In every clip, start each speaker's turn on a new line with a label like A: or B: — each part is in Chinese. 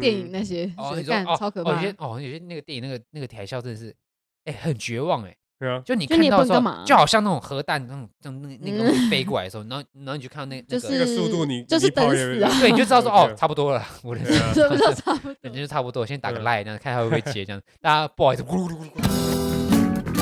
A: 电影那些，
B: 哦，
A: 觉
B: 你
A: 得
B: 说
A: 干
B: 哦
A: 超可
B: 哦，有
A: 怕
B: 些
A: 的。
B: 哦，有些那个电影那个那个台笑真的是，哎，很绝望哎。
C: 对啊，
B: 就你
A: 就
B: 看
A: 你也
B: 到
A: 不能
B: 的时候，
A: 干嘛
B: 就好像那种核弹那种那 种那个那个东西飞过来的时候，然后然后你去看到那
A: 就
B: 那个，
A: 是
C: 那个速度你
A: 就是
C: 你跑
A: 等
C: 也
A: 死啊
B: 对，你就 知道说哦
C: 对，
B: 差不多了，我的
C: 对 啊
A: 这不就差不
B: 人
A: 多
B: 家？就差不多，先打个
C: 对
B: line 这样，看他会不会接这样。大家不好 意思，咕噜咕噜咕噜。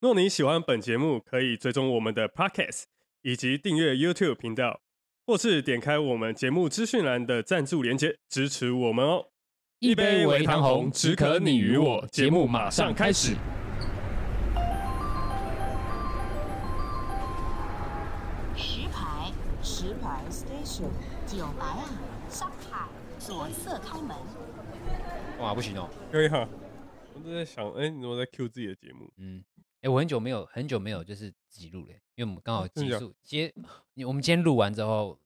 C: 若你喜欢本节目，可以追踪我们的 Podcast 以及订阅 YouTube 频道，或是点开我们节目资讯栏的赞助连接支持我们哦。一杯微糖红只可你与我节目马上开始。
D: 石牌，石牌 station，九白啊，上海，左侧开门。
B: 哇，不行哦。
C: 各位好，啊我都在想，哎、你怎么在 Q 自己的节目？
B: 嗯，哎，我很久没有很久没有就是自己录了，因为我们刚好
C: 哦真
B: 结
C: 的假
B: 束接，你我们今天录完之后，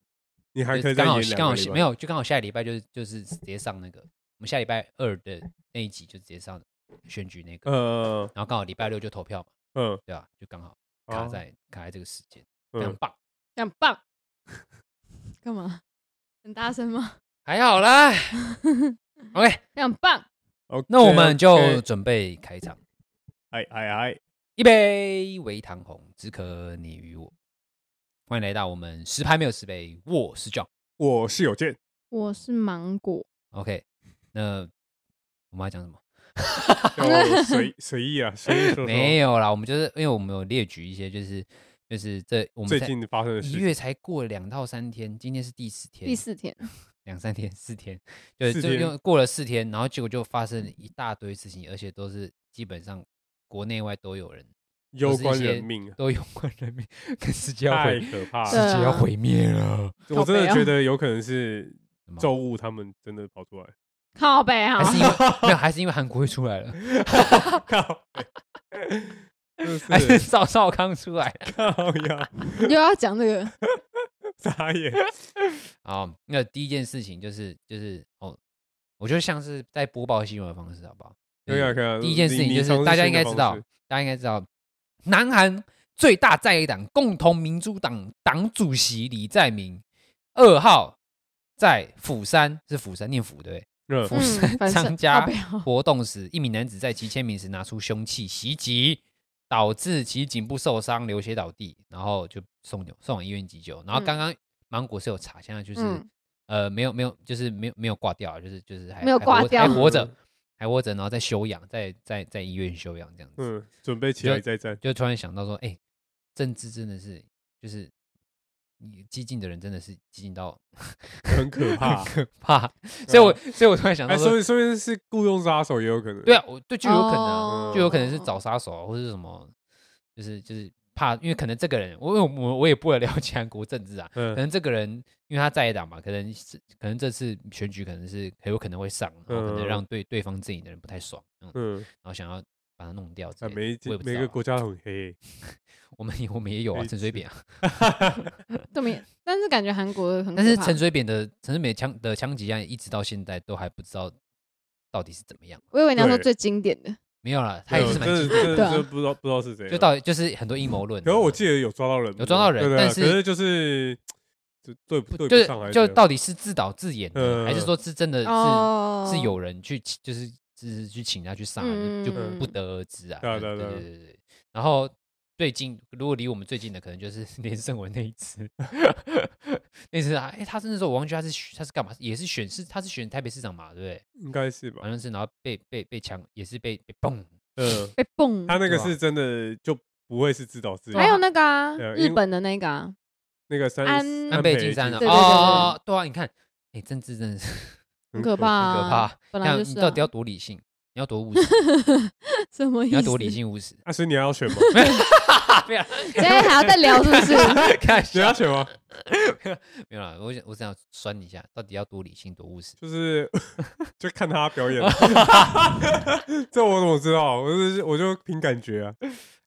C: 你还
B: 就
C: 可以再
B: 刚好
C: 演两个
B: 刚好
C: 礼拜
B: 没有，就刚好下礼拜就是就是直接上那个，我们下礼拜二的那一集就直接上选举那个，
C: 呃
B: 然后刚好礼拜六就投票嘛，
C: 嗯，
B: 对啊吧？就刚好卡
C: 好
B: 在卡在这个时间，非常
C: 哦嗯，
B: 棒，
A: 这样棒，干嘛？很大声吗？
B: 还好啦。OK，
A: 这样棒，
B: 那
C: 啊
B: 我们就
C: OK，OK
B: 准备开场，
C: 哎哎哎，
B: 一杯微糖红，只可你与我。欢迎来到我们十拍没有十杯，我是 John。
C: 我是有 健，
A: 我是芒果，
B: OK，那我们要讲什么？
C: 就我随随意啊，随意说说
B: 没有啦，我们就是因为我们有列举一些，就是就是这我们
C: 最
B: 在
C: 近发生的事
B: 一
C: 情。
B: 月才过两到三天，今天是第四天，
A: 第四天，
B: 两三天四天，对，
C: 四
B: 就
C: 天
B: 用过了四天，然后结果就发生了一大堆事情，而且都是基本上国内外都有人
C: 攸
B: 就是一
C: 关
B: 些
C: 人命啊，
B: 都有关人命，跟世界要
C: 太
B: 毁，
C: 可怕
B: 世
A: 对
C: 了！
B: 界要
A: 啊
B: 毁灭了。
C: 我真
A: 靠北
C: 的
A: 啊
C: 觉得有可能是
B: 什么
C: 咒物他们真的跑 出来，
A: 靠北啊
B: 还！是因为 没有，还是因为韩国会 出来了，
C: 靠北，真
B: 还
C: 的
B: 是
C: 是
B: 赵少康出来了。
C: 靠呀，
A: 又要讲这个，
C: 眨 眼，
B: 好，那第一件事情就是就是哦，我觉得像是在播报新闻的方式，好不好？
C: 可以啊，可以啊。
B: 第一件事情
C: 你
B: 就
C: 你尝
B: 是
C: 试
B: 大家应
C: 新的
B: 该知道
C: 方式，
B: 大家应该知道，南韩最大在野党共同民主党党主席李在明二号在釜山是釜山念釜对不对？
C: 嗯
B: 不是
A: 嗯，反正
B: 商家
A: 靠北啊
B: 活动时，一名男子在其签名时拿出凶器袭击，导致其颈部受伤、流血倒地，然后就送牛送往医院急救。然后
A: 嗯
B: 刚刚芒果是有查，现在就是、
A: 嗯
B: 呃没有没有，就是没有没有挂掉啊，就是就是还
A: 没有
B: 还
A: 挂
B: 活
A: 掉
B: 还活
C: 嗯
B: 着，还活着，然后在休养，在在在医院休养这样子。
C: 嗯，准备起来再战。
B: 就突然想到说，哎、政治真的是就是。你激进的人真的是激 进到
C: 很可怕
B: 很可怕，所以我所以我突然想到
C: 哎，
B: 说
C: 嗯说，说明是雇佣杀手也有可能。
B: 对啊，我对就有可能啊，
A: 哦
B: 就有可能是找杀手啊，或是什么，就是就是怕，因为可能这个人，我我我我也不了解韩国政治啊，可
C: 嗯，
B: 能这个人因为他在野党嘛，可能是可能这次选举可能是很有可能会上，然后可能让对对方阵营的人不太爽，嗯，然
C: 嗯
B: 后想要把他弄掉之
C: 啊，
B: 类的。
C: 每一
B: 我也不知
C: 每
B: 道
C: 个
B: 啊
C: 国家很黑，
B: 我们也我们也有啊，
C: 每一
B: 陈水扁啊，
A: 都没，但是感觉韩国很可怕，
B: 但是陈水扁的陈水扁枪的枪击案一直到现在都还不知道到底是怎么样，
A: 我以为你要说
C: 对
A: 最经典的，
B: 没有啦，他也是蛮
C: 真
B: 激
C: 的
B: 烈
C: 真的
B: 的，
A: 对啊
C: 真的不知道不知道是谁啊，
B: 就到底就是很多阴谋论啊。
C: 可是我记得有抓到人，
B: 有抓到人
C: 对对啊
B: 但是
C: 可是就是就对不
B: 不
C: 对
B: 就
C: 不
B: 是
C: 上来，
B: 就到底是自导自演的，还是
C: 嗯
B: 说是真的是
A: 哦，
B: 是有人去请就是就是去请他去杀，就
A: 嗯
B: 就
A: 嗯
B: 不得而知啊。
C: 对啊
B: 对
C: 对啊
B: 对
C: 对啊
B: 对对对。然后最近如果离我们最近的，可能就是 连胜文那一次，那次啊，哎，他真的说我忘记他是选他是干嘛，也是选是他是选台北市长嘛，对不对？
C: 应该是吧
B: 好？像是，然后被被被抢，也是被被嘣。
C: 嗯，
A: 被蹦。
C: 他那个
B: 对啊
C: 是真的就不会是自导自演，
A: 还有那个啊，
C: 对啊因
A: 日
C: 为
A: 本的那个啊，
C: 那个三
A: 安
B: 安倍晋三
A: 对
B: 啊，
A: 对对对
B: 哦，对啊，你看，哎，政治真的是
A: 很可怕
B: 很可
A: 啊，
B: 怕，
A: 本
B: 像
A: 来就
B: 你
A: 是
B: 到底
A: 啊
B: 要多理性？你要多务实，
A: 什么意
B: 你
A: 思？
B: 要多理性务实。
C: 阿、啊、是你要选吗？
B: 不要
A: 现在还要再聊是不 是？
B: 看，
C: 你要选吗？
B: 没有啦，我想我只想酸你一下，到底要多理性多务实？
C: 就是 就看他表演，这我怎么知道？我就是我就凭感觉啊。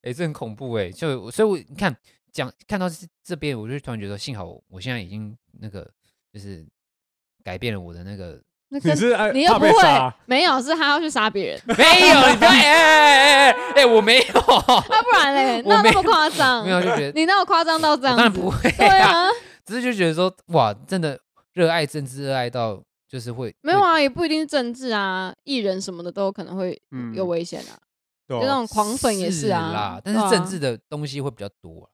B: 哎、这很恐怖哎、就所以我你看讲看到这这边，我就突然觉得，幸好我现在已经那个就是改变了我的那个
A: 那
C: 你
A: 跟
C: 是爱
A: 你又
C: 怕
A: 不
C: 被
A: 会
C: 杀，
A: 没有是他要去杀别人，
B: 没有，你不要哎哎哎哎哎，我没有，
A: 那不然嘞，
B: 我
A: 那
B: 没
A: 那么夸张？
B: 没有就觉得
A: 你那么夸张到嗯这样
B: 当
A: 子？
B: 然不会、
A: 对啊，
B: 只是就觉得说哇，真的热爱政治，热爱到就是会
A: 没有，啊，也不一定是政治啊，艺人什么的都可能会
C: 嗯
A: 有危险啊，
C: 对
A: 就
C: 吧
A: 那种狂粉也
B: 哦是
A: 啊。
B: 啦，但
A: 对
B: 是
A: 啊
B: 政治的东西会比较多、啊，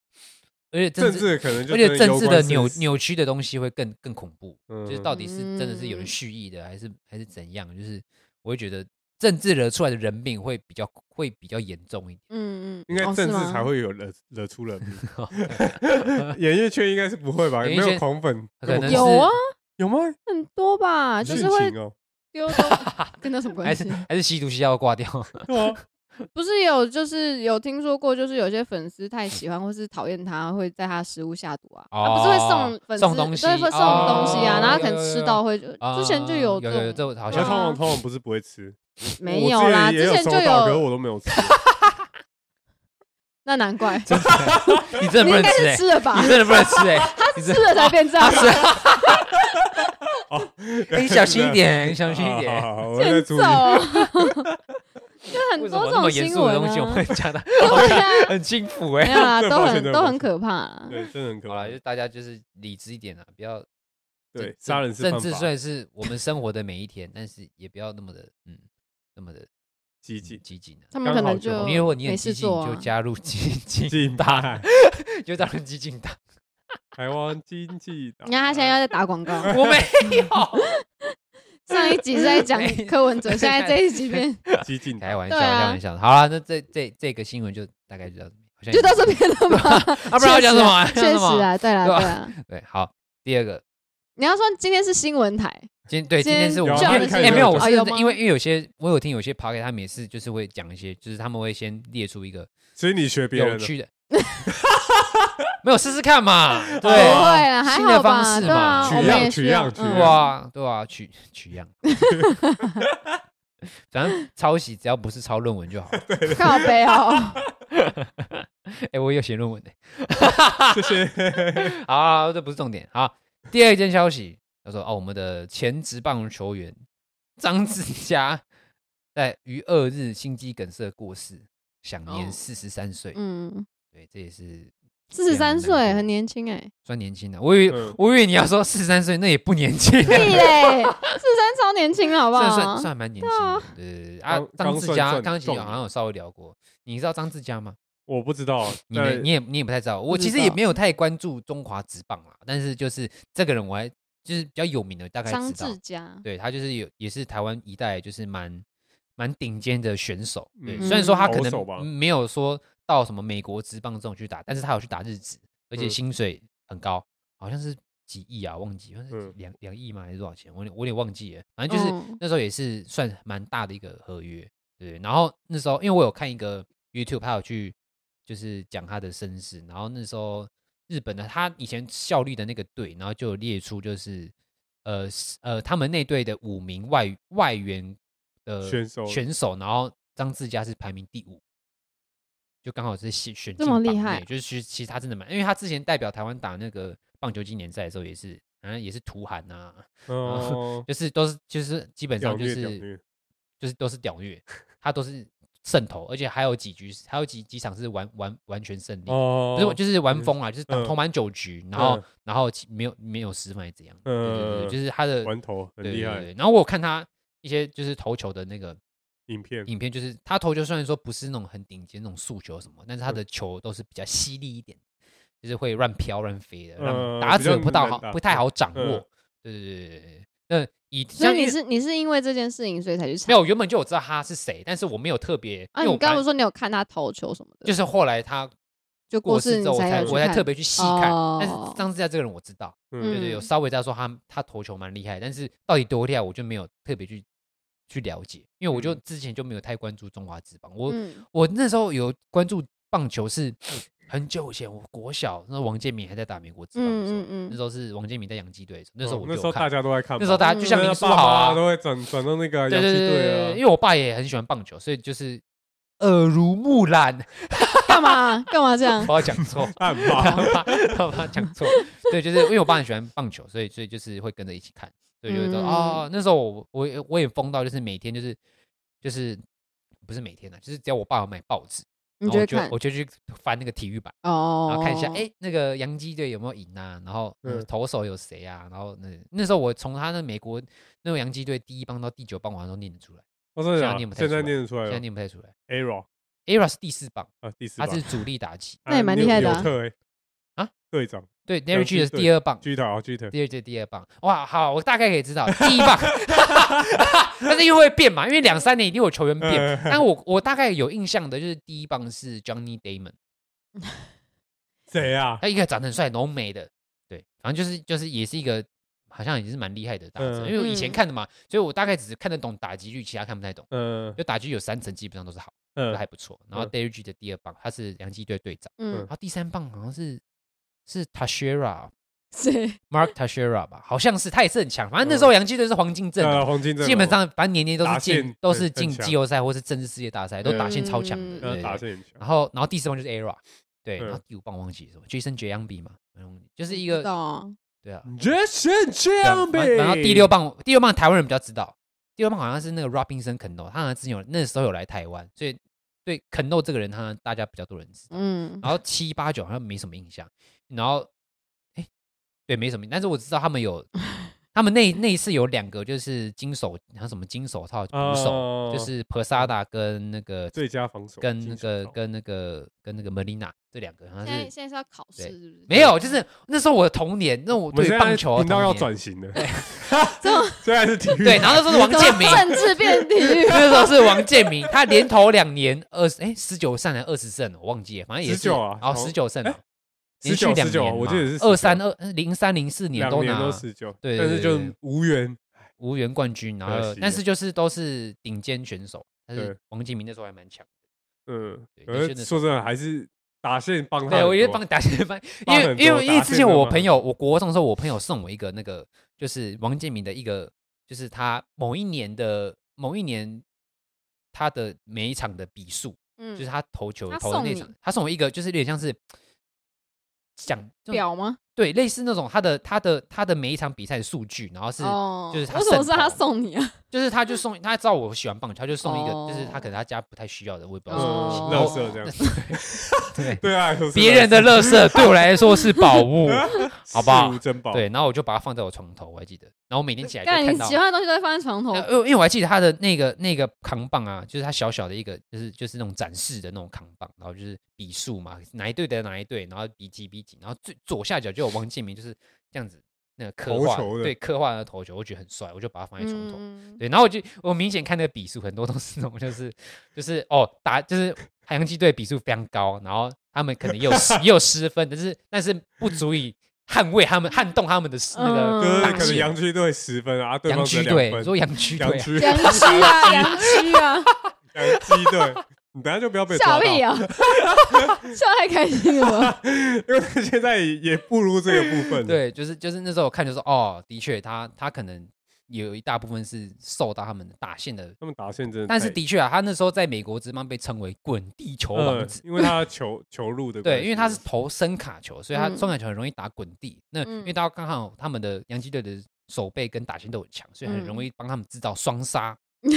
B: 而且
C: 政
B: 治
C: 治可能就
B: 而且
C: 真
B: 政
C: 攸
B: 治
C: 关
B: 的
C: 生
B: 扭
C: 死，
B: 扭曲的东西会更更恐怖，
C: 嗯
B: 就是到底是真的是
A: 嗯
B: 有人蓄意的，还是还是怎样？就是我会觉得政治惹出来的人命会比较会比较严重一点。
A: 嗯嗯，
C: 应该
A: 哦是
C: 政治
A: 吗
C: 才会有惹惹出人命， 演艺圈应该是不会吧？
B: 演
C: 没
B: 艺圈
C: 有狂粉，
B: 可
C: 根
B: 能
C: 本不
A: 有
B: 是
A: 啊，
C: 有吗？
A: 很多吧，就是
C: 殉
A: 会
C: 情哦，
A: 丢东西， 跟那什么
B: 啊还
A: 关
B: 是
A: 系？
B: 还是吸毒吸到挂掉，
C: 对啊，
A: 不是有就是有听说过，就是有些粉丝太喜欢或是讨厌他，会在他食物下毒啊，
B: 哦
A: 啊不是会送粉丝
B: 送东西
A: 对，会送东西啊，
B: 哦
A: 然后可能吃到会就
B: 啊
A: 之前就
B: 有
A: 这
B: 有有
A: 种
B: 这好
C: 我通
B: 像
A: 对啊
C: 常通常不是不会吃，
A: 没
C: 我之
A: 啦，
C: 前也
A: 之前
C: 收
A: 就
C: 到，可是
A: 有，
C: 我都没有吃。
A: 那难怪
B: 你真的
A: 你
B: 不
A: 应
B: 能
A: 该
B: 吃哎、
A: 是吃了吧
B: 你，真的不能吃哎、 你啊
A: 吃
B: 真
A: 了才变这样，啊
B: 哎你小
C: 啊
B: 心一点，你小心一
C: 好
B: 点。
C: 好好， 我在
A: 欠揍
C: 注意。
A: 啊，就
B: 为
A: 很
B: 什么
A: 多
B: 那么
A: 种
B: 严
A: 新
B: 肃的
A: 闻
B: 东西我
A: 啊
B: 们，讲 的
A: 对 啊，
B: 很幸福哎、
A: 没有啦，
C: 真
A: 都
C: 的抱歉真
A: 很
C: 的
A: 都
C: 抱
A: 很
C: 歉
A: 可怕啊，
C: 对，真的很可
B: 好
C: 怕
B: 了，。就大家就是理智一点啊，不要
C: 对
B: 政，
C: 杀人是
B: 政
C: 犯
B: 治
C: 法
B: 虽然是我们生活的每一天，但是也不要那么的嗯，那么的
C: 激
B: 嗯
C: 进
B: 激进啊。
A: 他们
C: 刚
A: 可
C: 好
A: 能
C: 就
A: 就
C: 好
B: 因为如果你很
A: 嗯没
B: 激
A: 事
B: 进，
A: 做
B: 就
A: 啊，
B: 加入 激
C: 进
B: 激进
C: 派
B: 党，， 就当成激进党。
C: 台湾经济党。
A: 你看他现在要在打 广告，
B: 我没 有
A: 上一集是在讲
B: 没
A: 柯 文哲，现在这一集变
C: 激进
B: 开
C: 党，
B: 玩笑，
A: 对
B: 开
A: 啊
B: 玩笑。好了，那这这这个新闻就大概就到这里，好像
A: 就
B: 也
A: 到这边了吗？
B: 啊，不然要讲什么啊？
A: 确
B: 要讲
A: 实
B: 什么啊
A: 啊，对啦
B: 对吧
A: 对啦，
B: 对，好，第二个，
A: 你要说今天是新闻台，
B: 今对今
A: 今
B: 天
A: 天
B: 是我
C: 有
B: 们
C: 啊
B: 哎
C: 他一开始
B: 哎
C: 就
B: 没有，
C: 有
B: 我
A: 讲
B: 是
A: 啊有
B: 认真
A: 吗
B: 因为因为有些我有听有些 p o c a s t 他每次就是会讲一些，就是他们会先列出一个
C: 所以你学别
B: 有
C: 人了，
B: 趣的， 没有试试 看嘛，
A: 哦不会
B: 对。
A: 啦，还
B: 新的
A: 好
B: 方
A: 吧？
B: 式
A: 对
B: 嘛
A: 啊，我
C: 取
A: 们也
C: 样取
A: 需要
C: 样取
A: 嗯
B: 对
C: 样
B: 啊，对啊，取取 样， 反正抄袭只要不是抄论文就 好。
A: 靠背 哦，
B: 哎、我有写论文的、
C: 谢 谢。
B: 好啊、这不是重点。好，第二件消息，他说哦，我们的前职棒球员张志佳在于二日心肌梗塞过世，享年
A: 哦
B: 四十三岁。
A: 嗯，
B: 对，这也是
A: 四十三
B: 非常难
A: 岁
B: 过
A: 很年轻哎，
B: 算年轻的、我以为、
C: 嗯
B: 我以为你要说四十三岁，那也不年轻、啊
A: 屁嘞，四十三超年轻了好不
B: 算算
A: 好？
B: 算蛮年轻的，对对对啊
C: 刚，
B: 张
C: 刚
B: 志
C: 算
B: 佳，
C: 壮
B: 刚其实
C: 壮
B: 好像有稍微聊过，你知道张志佳吗？
C: 我不知道，
B: 你没
C: 但
B: 你也你也不太知道，我
A: 不知
B: 其实也
A: 道
B: 没有太关注中华职棒啦，但是就是这个人我还就是比较有名的，大概
A: 张
B: 知道
A: 志，佳，
B: 对他就是有也是台湾一代就是蛮蛮顶尖的选手，对，
A: 嗯
B: 虽然说他可
C: 投手吧
B: 能没有说到什么美国职棒这种去打，但是他有去打日职，而且
C: 嗯
B: 薪水很高，好像是几亿啊，忘记，好像是
C: 嗯
B: 两两亿吗还是多少钱，我有点我有点忘记了，反正就是
A: 嗯
B: 那时候也是算蛮大的一个合约，对。然后那时候因为我有看一个 YouTube，他有去就是讲他的身世，然后那时候日本的他以前效力的那个队，然后就有列出就是呃是呃他们那队的五名外外援的
C: 选手
B: 选手，然后张志佳是排名第五。就刚好是选选
A: 这
B: 进
A: 么厉
B: 榜
A: 害
B: 内就是其实其实他真的蛮，因为他之前代表台湾打那个棒球经典赛的时候也是，好像也是图韩啊，
C: 哦，
B: 就是都是就是基本
C: 屌
B: 上就
C: 虐屌
B: 是
C: 虐，
B: 就是都是屌虐，他都是胜投，而且还有几局，还有几几场是完完完全胜利，
C: 哦，
B: 不是就是玩
C: 嗯
B: 疯啊，就是打
C: 嗯
B: 投满九局，然后
C: 嗯
B: 然后其没有没有失分还是怎样，对对对，
C: 嗯
B: 就是他的
C: 玩头很
B: 对
C: 厉
B: 对
C: 害，嗯
B: 对。然后我有看他一些就是投球的那个
C: 影片
B: 影片，就是他投球虽然说不是那种很顶尖那种速球什么，但
C: 嗯
B: 是他的球都是比较犀利一点，就是会乱飘乱飞的，让
C: 嗯
B: 打
C: 比
B: 者
C: 较
B: 不大
C: 难
B: 好
C: 打
B: 不太好掌
C: 嗯
B: 握。对对对对对。那以
A: 所
B: 像
A: 以
B: 因
A: 你
B: 为
A: 是你是因为这件事情所以才去查
B: 没有，我原本就有知道他是谁，但是我没有特别，
A: 啊？
B: 因为
A: 你
B: 我本
A: 刚
B: 来
A: 不是说你有看他投球什么的，
B: 就是后来他
A: 就
B: 过
A: 过
B: 世
A: 世
B: 之后，
A: 你
B: 我才
A: 有去
B: 我才
A: 看
B: 特别去细看。但
A: 哦
B: 是张志佳这个人我知道，
C: 嗯
B: 对对，有
A: 嗯
B: 稍微在说他他投球蛮厉害，但是到底多厉害，我就没有特别去去了解，因为我就
E: 嗯
B: 之前就没有太关注中华职棒，我
A: 嗯，
B: 我那时候有关注棒球是很久以前，我国小那时候王建民还在打美国职棒的时候，
A: 嗯嗯嗯
B: 那时候是王建民在洋基队的时候，那时候
C: 哦
B: 我
C: 那
B: 就
C: 时候
B: 有
C: 大
B: 看，
C: 家都在看吧，
B: 那时候大
A: 嗯
B: 家就像
C: 那
B: 林
C: 个
B: 书
C: 爸
B: 豪啊
C: 妈，都会转转到那个
B: 对
C: 洋
B: 对
C: 基
B: 对
C: 队
B: 对，
C: 啊。
B: 因。为我爸也很喜欢棒球，所以就是耳濡目 染，
A: 干嘛干嘛这 样？
B: 我要讲 错
C: 暗
B: 我
C: 骂，
B: 怕我怕讲错，对，就是因为我爸很喜欢棒球，所以所以就是会跟着一起看，对，就会说
A: 嗯
B: 哦，那时候我我也我也疯到就是每天就是就是不是每天啊，就是只要我爸有买报纸，
A: 你
B: 然
A: 就会
B: 后我就
A: 看
B: 我就去翻那个体育版。
A: 哦，
B: 然后看一下，哎、那个洋基队有没有赢啊？然后、嗯
C: 嗯
B: 投手有谁啊？然后那那时候我从他那美国那个洋基队第一棒到第九棒，我好像都念得出来，
C: 我真的
B: 现在
C: 假
B: 念不
C: 的
B: 太
C: 现在
B: 出来
C: 念得出
A: 哎
C: 来
B: 现在
C: 了
B: 念不太出来。
C: ，error
B: ERA 是第四棒，
C: 啊，第四
B: 他
C: 把，
B: 是主力打击。
A: 那也蛮厉害的啊
C: 啊纽纽特欸
B: 啊，
C: 队长 哦
B: 对
C: 洋
B: ，Derry
C: 基
B: G 是
C: 队
B: 第二棒，
C: 巨头巨头，
B: 第二届第二棒。哇，好，我大概可以知道第一 棒， 但是因为会变嘛，因为两三年一定有球员变。
C: 呃
B: 但我我大概有印象的就是第一棒是 Johnny Damon，
C: 谁啊？
B: 他一个长得很帅，浓眉的，对，反正就是就是也是一个好像也是蛮厉害的打者，
C: 嗯
B: 因为我以前看的嘛，所以我大概只是看得懂打击率，其他看不太懂。
C: 嗯
B: 就打击有三层基本上都是好，都还
C: 嗯，
B: 不错。然后
C: 嗯
B: Derry G 的第二棒他是洋基队队长，
A: 嗯
B: 然，后第三棒好像是是 Tashera
A: 谁
B: Mark Tashera 吧，好像是他也是很强，反正那时候洋基队是黄金阵
C: 嗯呃，
B: 容。
C: 黄金阵容
B: 基本上，反正年年都
C: 打
B: 是
C: 线
B: 进都
C: 很
B: 是
C: 很
B: 进
C: 强
B: 季后赛或是甚至世界大赛，都打线超强的。
A: 嗯
B: 对
C: 呃
B: 对啊
C: 打
B: 对
C: 线很强
B: 然后，然后第四棒就是 ERA，对，然后
C: 嗯
B: 第五棒忘记什么，Jason j a m b 嘛，嗯就是一
A: 知
B: 个
A: 道啊？
B: 对
C: 嗯
B: 啊。
C: ，Jason
B: 对啊
C: Jambi，
B: 然然后第六棒，第六棒台湾人比较知道，第六棒好像是那个 Robinson Cano，他好像之前有那时候有来台湾，所以对 Cano 这个人，他大家比较多人知道。
A: 嗯，
B: 然后七八九好像没什么印象，然后哎，对，没什么，但是我知道他 们有，他们那那一次有两个就是金手，然后什么金手套捕手，
C: 哦
B: 就是 Persada 跟那个
C: 最佳防守，
B: 跟那
C: 金手
B: 个
C: 套
B: 跟那个跟那个 Melina 这两个，好
A: 嗯
B: 像
A: 现在
B: 是
A: 现在是要考试
B: 对
A: 是不是？
B: 没有，就是那时候我的童年，那我
C: 我们
B: 对
C: 现
B: 棒
C: 在
B: 球的
C: 频道要
B: 童年，
C: 转型了，
A: 这种
C: 现在是体育
B: 对，然后那时候是王
A: 怎
B: 建
A: 么
B: 民。
A: 政治变体 育，
B: 那时候是王建民，他连投两年二十哎十九胜还二十胜，我忘记了，反正也是
C: 19啊
B: 哦
C: 好
B: 十九胜啊
C: 哎，
B: 连续
C: 19
B: 两年嘛，
C: 我记得是19
B: 二三二零三零四年
C: 两
B: 都
C: 年
B: 拿
C: 都十九，
B: 对对
C: 但是就
B: 对对
C: 无缘
B: 无缘冠军，然
C: 可
B: 后
C: 惜
B: 但
C: 了
B: 是就是都是顶尖选手，但
C: 对
B: 是王建民那时候还蛮强。
C: 嗯，
B: 对
C: 可
B: 就是是
C: 说真的，还是打线帮他很多。
B: 对，我觉 得帮打线班，因
C: 帮
B: 为
C: 很多
B: 因为因为
C: 打
B: 之
C: 线
B: 前
C: 真的
B: 我
C: 帮
B: 朋
C: 很
B: 友，我国中的时候，我朋友送我一个那个，就是王建民的一个，就是他某一年的某一年他的每一场的比数，
A: 嗯
B: 就是他投球
A: 他
B: 投的
A: 送
B: 那
A: 你
B: 场，他送我一个，就是有点像是讲
A: 表吗？
B: 对，类似那种他的他的他的每一场比赛的数据，然后是
A: 哦，
B: 就是他
A: 为什么
B: 胜
A: 是他
B: 投
A: 送你啊？
B: 就是他就送他知道我喜欢棒球，他就送一个，就是他
A: 哦
B: 可能他家不太需要的，我也不知道什么东西
A: 哦
B: 然
C: 乐
B: 后。
C: 嗯色这样，
B: 对，
C: 对啊，就是
B: 别人的乐色对我来说是宝物，好不好
C: 世无珍宝，
B: 对，然后我就把它放在我床头，我还记得。然后我每天起来哎就
A: 干，你
B: 看
A: 喜
B: 到，
A: 欢的东西都会放在床头
B: 呃，因为因为我还记得他的那个那个扛棒啊，就是他小小的一个，就是就是那种展示的那种扛棒，然后就是比数嘛，哪一队的哪一队，然后比几比几，然后最左下角就有王建民，就是这样子那个刻
C: 投
B: 画，
C: 球的
B: 对刻画的头球，我觉得很帅，我就把它放在床头。
A: 嗯，
B: 对，然后我就我明显看那个比数，很多都是那种就是就是哦打就是海洋基队比数非常高，然后他们可能也有失也有失分，但是但是不足以捍卫他们撼动他们的那
C: 就
B: 个
A: 嗯
C: 是
B: 大
C: 可能
B: 线
C: 洋基队十分啊，对
B: 洋
C: 方只
B: 基
C: 有两
B: 队，你
C: 分
B: 说，洋基
C: 洋
B: 队啊、
C: 基
A: 洋
C: 洋
A: 基 啊，洋基啊，
C: 基队，你等下就不要被抓
A: 笑
C: 到，
A: 屁啊， 笑太开心了吧？
C: 因为他现在也不如这个部分，，
B: 对，就是就是那时候我看就说哦，的确他他可能有一大部分是受到他们的打线的。
C: 他们打线真的太，
B: 但是的确啊，他那时候在美国职棒被称为“滚地球王
C: 嗯
B: 子”，
C: 因为他球球路的关
B: 对，
C: 系，
B: 因为他是投深卡球，所以他
A: 嗯
B: 中卡球很容易打滚地。那因为
A: 嗯
B: 大家刚好他们的洋基队的手背跟打线都很强，所以很容
A: 嗯
B: 易帮他们制造双杀、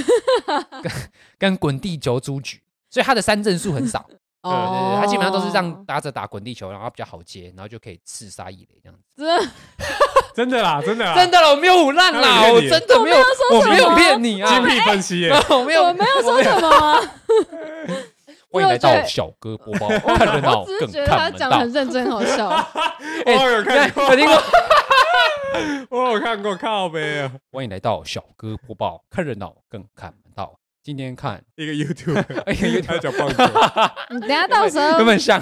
B: 跟跟滚地球出局。所以他的三振数 很少，
C: 对
B: 对对对，他基本上都是让
A: 哦，
B: 打者打滚地球，然后比较好接，然后就可以刺杀一垒这样子。
A: 真的
C: 真的啦，真的啦，
B: 真的啦，我没有胡乱
C: 他有
B: 啦，
C: 骗
B: 我
C: 你
B: 真的没有，我
A: 什
B: 没有
A: 么
B: 骗你啊
C: 精，辟分析耶，
B: 我没有，
A: 我没有说什么啊， 我
B: 欢迎来
A: 觉得
B: 到小哥播报，看热闹
A: 我只
B: 更
A: 是觉得
B: 看
A: 他
B: 门
A: 讲的
B: 道
A: 很认真，很好笑。
C: 我有
B: 对
C: 看过，
B: 有听过
C: 我有看过靠背啊，
B: 欢迎来到小哥播报，看热闹更看门道。今天看
C: 一 个 YouTube，
B: 哎有
C: 他
B: 点
C: 讲棒球，
A: 你等一下 到时
B: 根
A: 候
B: 本像，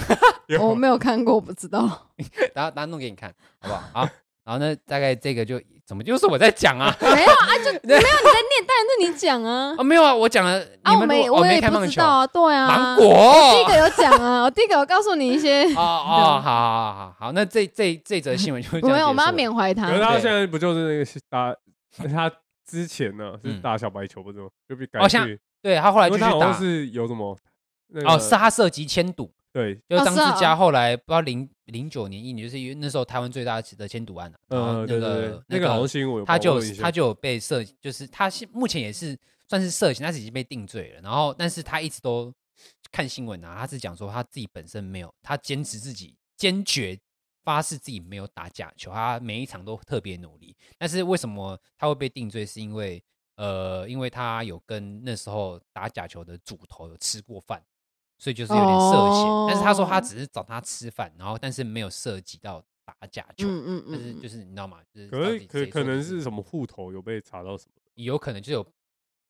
A: 我
C: 有
A: 没有看过，我不知道。
B: 等下等下弄给你看，好不好？好，啊然后呢，大概这个就怎么又是我在讲啊？
A: 没有 啊，就没有你在念，当然是你讲啊。
B: 啊，没有啊，我讲了，
A: 啊，
B: 你
A: 我
B: 们
A: 没，
B: 如果哦
A: 我也
B: 没看
A: 不
B: 棒
A: 知
B: 球，
A: 道啊，对啊。
B: 芒果
A: 我第一个有讲啊， 我第一个有告诉你一些，
B: 哦哦，好好好好好，那这这这则新闻就这样
A: 没有， 我
B: 结
A: 们要
B: 束
A: 缅怀他
C: 可。是他
B: 啊对
C: 现在不就是那个是打 他之前呢是
B: 嗯
C: 打小白球不是吗？就被改
B: 哦
C: 去，
B: 像对他后来
C: 因为
B: 就去
C: 他好像
B: 打
C: 是有什么那
B: 哦，
C: 个
B: 是他涉及迁赌，
C: 对
B: 就是
A: 哦
B: 张
A: 是啊
B: 志佳后来不知道零零九年一年，就是因为那时候台湾最大的迁赌案啊，然后
C: 呃对对对
B: 个，
C: 那
B: 那
C: 个好像新闻有
B: 他
C: 报
B: 就
C: 过一些
B: 他就有被涉，就是他现目前也是算是涉嫌，他是已经被定罪了。然后，但是他一直都看新闻啊，他是讲说他自己本身没有，他坚持自己坚决发誓自己没有打假球，他每一场都特别努力。但是为什么他会被定罪？是因为呃，因为他有跟那时候打假球的主头有吃过饭。所以就是有点涉嫌，但是他说他
A: 哦
B: 只是找他吃饭，然后但是没有涉及到打假球，
A: 嗯嗯
B: 但是
A: 嗯，
B: 就是你知道吗？就是
C: 可
B: 到
C: 是
B: 底
C: 可
B: 谁
C: 可
B: 说的
C: 能是什么户头有被查到什么，
B: 有可能就有，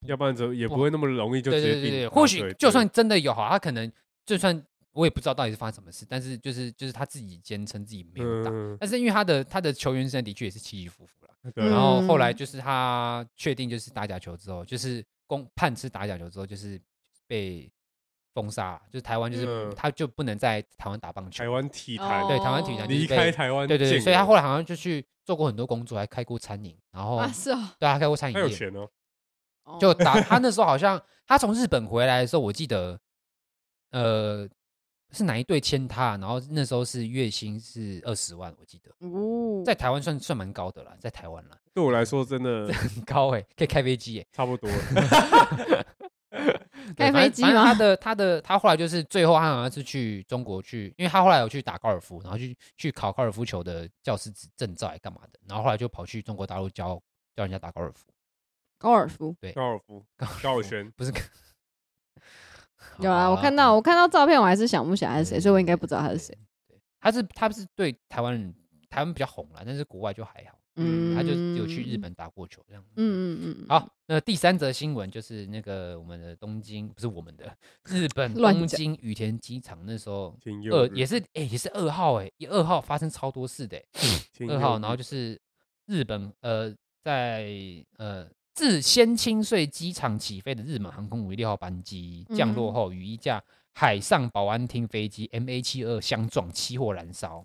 C: 要不然就也
B: 不
C: 不会那么容易就
B: 哦对
C: 直接
B: 对对
C: 定
B: 对，
C: 啊
B: 或
C: 对
B: 许就
C: 对
B: 算真的有好，他可能就算我也不知道到底是发生什么事，但是就是就是他自己坚称自己没有打，
C: 嗯
B: 但是因为他的他的球员生涯的确也是起起伏伏了，
C: 对
B: 然
C: 啊
B: 后后来
A: 嗯
B: 就是他确定就是打假球之后，就是公判是打假球之后，就是被封杀了，就是台湾就是、
C: 嗯
B: 他就不能在台湾打棒球
C: 台，湾体坛
B: 哦对台湾体坛
A: 哦
B: 就是
C: 离
B: 被
C: 开台湾
B: 对对对，
C: 建
B: 所以他
C: 国
B: 后来好像就去做过很多工作，还开过餐饮，然后、
A: 啊是哦
B: 对他开过餐饮
C: 他有
B: 业，
C: 钱哦，
A: 哦，
B: 就打他那时候好像他从日本回来的时候，我记得，呃，是哪一队签他？然后那时候是月薪是二十万，我记得
A: 哦，
B: 在台湾算算蛮高的啦，在台湾啦，
C: 对我来说真的
B: 很高哎、可以开飞机哎、
C: 差不多了。
B: 对
A: 开
B: 反
A: 飞
B: 正
A: 机
B: 反正他
A: 吗
B: 的他的他后来就是最后他好像是去中国去，因为他后来有去打高尔夫，然后去去考高尔夫球的教师执证照还干嘛的，然后后来就跑去中国大陆教教人家打高尔夫，
A: 高尔夫
C: 高尔夫
B: 高尔、
C: 高尔
B: 夫
C: 轩，
B: 不是。
A: 有啊，我看到我看到照片，我还是想不起来他是
B: 嗯
A: 谁，所以我应该不知道他是谁。
B: 对。他是他是对台湾人，台湾比较红啦，但是国外就还好。
A: 嗯，
B: 他就只有去日本打过球这样。嗯。
A: 嗯。嗯嗯嗯，
B: 好，那第三则新闻就是那个我们的东京，不是我们的日本
A: 乱
B: 东
A: 讲
B: 京羽田机场那时候
C: 挺
B: 二
C: 有
B: 也是哎、也是二号哎、一二号发生超多事的、欸，二号，然后就是是日本呃，在呃自先清穗机场起飞的日本航空五一六号班机降落
A: 嗯
B: 后，与一架海上保安厅飞机 MA 七二相撞，起火燃烧，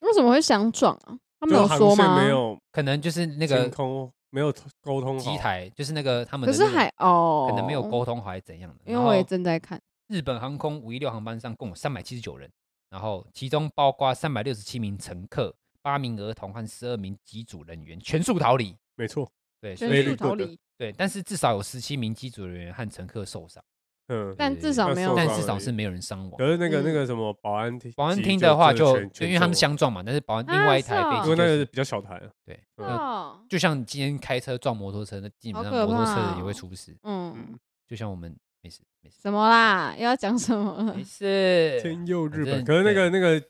A: 为什么会相撞啊？他们
C: 就
A: 有
C: 航
A: 说
C: 线
A: 吗？
C: 没。有
B: 可能就是那
C: 清
B: 个
C: 空，没有沟通好
B: 机，台，就是那个他们
A: 哦可
B: 的
A: 是
B: 那个
A: 还哦，
B: 可能没有，沟通好还是怎样的，
A: 因为
B: 然
A: 我也
B: 后
A: 正在看。
B: 日本航空五一六航班上共有三百七十九人，然后其中包括三百六十七名乘客、八名儿童和十二名机组人员，全数逃离。
C: 没错，
B: 对，所以
A: 全
C: Very
A: 数逃
C: good
A: 离，
B: 对，但是至少有十七名机组人员和乘客受伤，
C: 嗯。
A: 但至少
C: 那
A: 没有
C: 受
B: 但
C: 伤
B: 至少
C: 而已
B: 是没有人伤亡
C: 可。是那个那
A: 嗯
C: 个什么保安厅，
B: 保安
C: 急
B: 厅的话
C: 真
B: 就，
C: 全
B: 就
C: 全
B: 因为他们
C: 中
B: 相撞嘛，但是保安另
A: 啊
B: 外一
A: 是
B: 台飞
A: 哦
B: 机、
C: 因
B: 就
C: 为那
B: 是
C: 个比较小台啊，
B: 对，
C: 嗯
A: 哦，
B: 就像你今天开车撞摩托车，那基
A: 好
B: 本上
A: 可
B: 摩托车
A: 怕
B: 人也会
A: 哦
B: 出事。
A: 嗯，
B: 就像我们 没事没事
A: 什么啦？要讲什么了
B: 没？事，
C: 天佑
B: 啊反
C: 日本。
B: 正
C: 可是那
B: 对
C: 个那个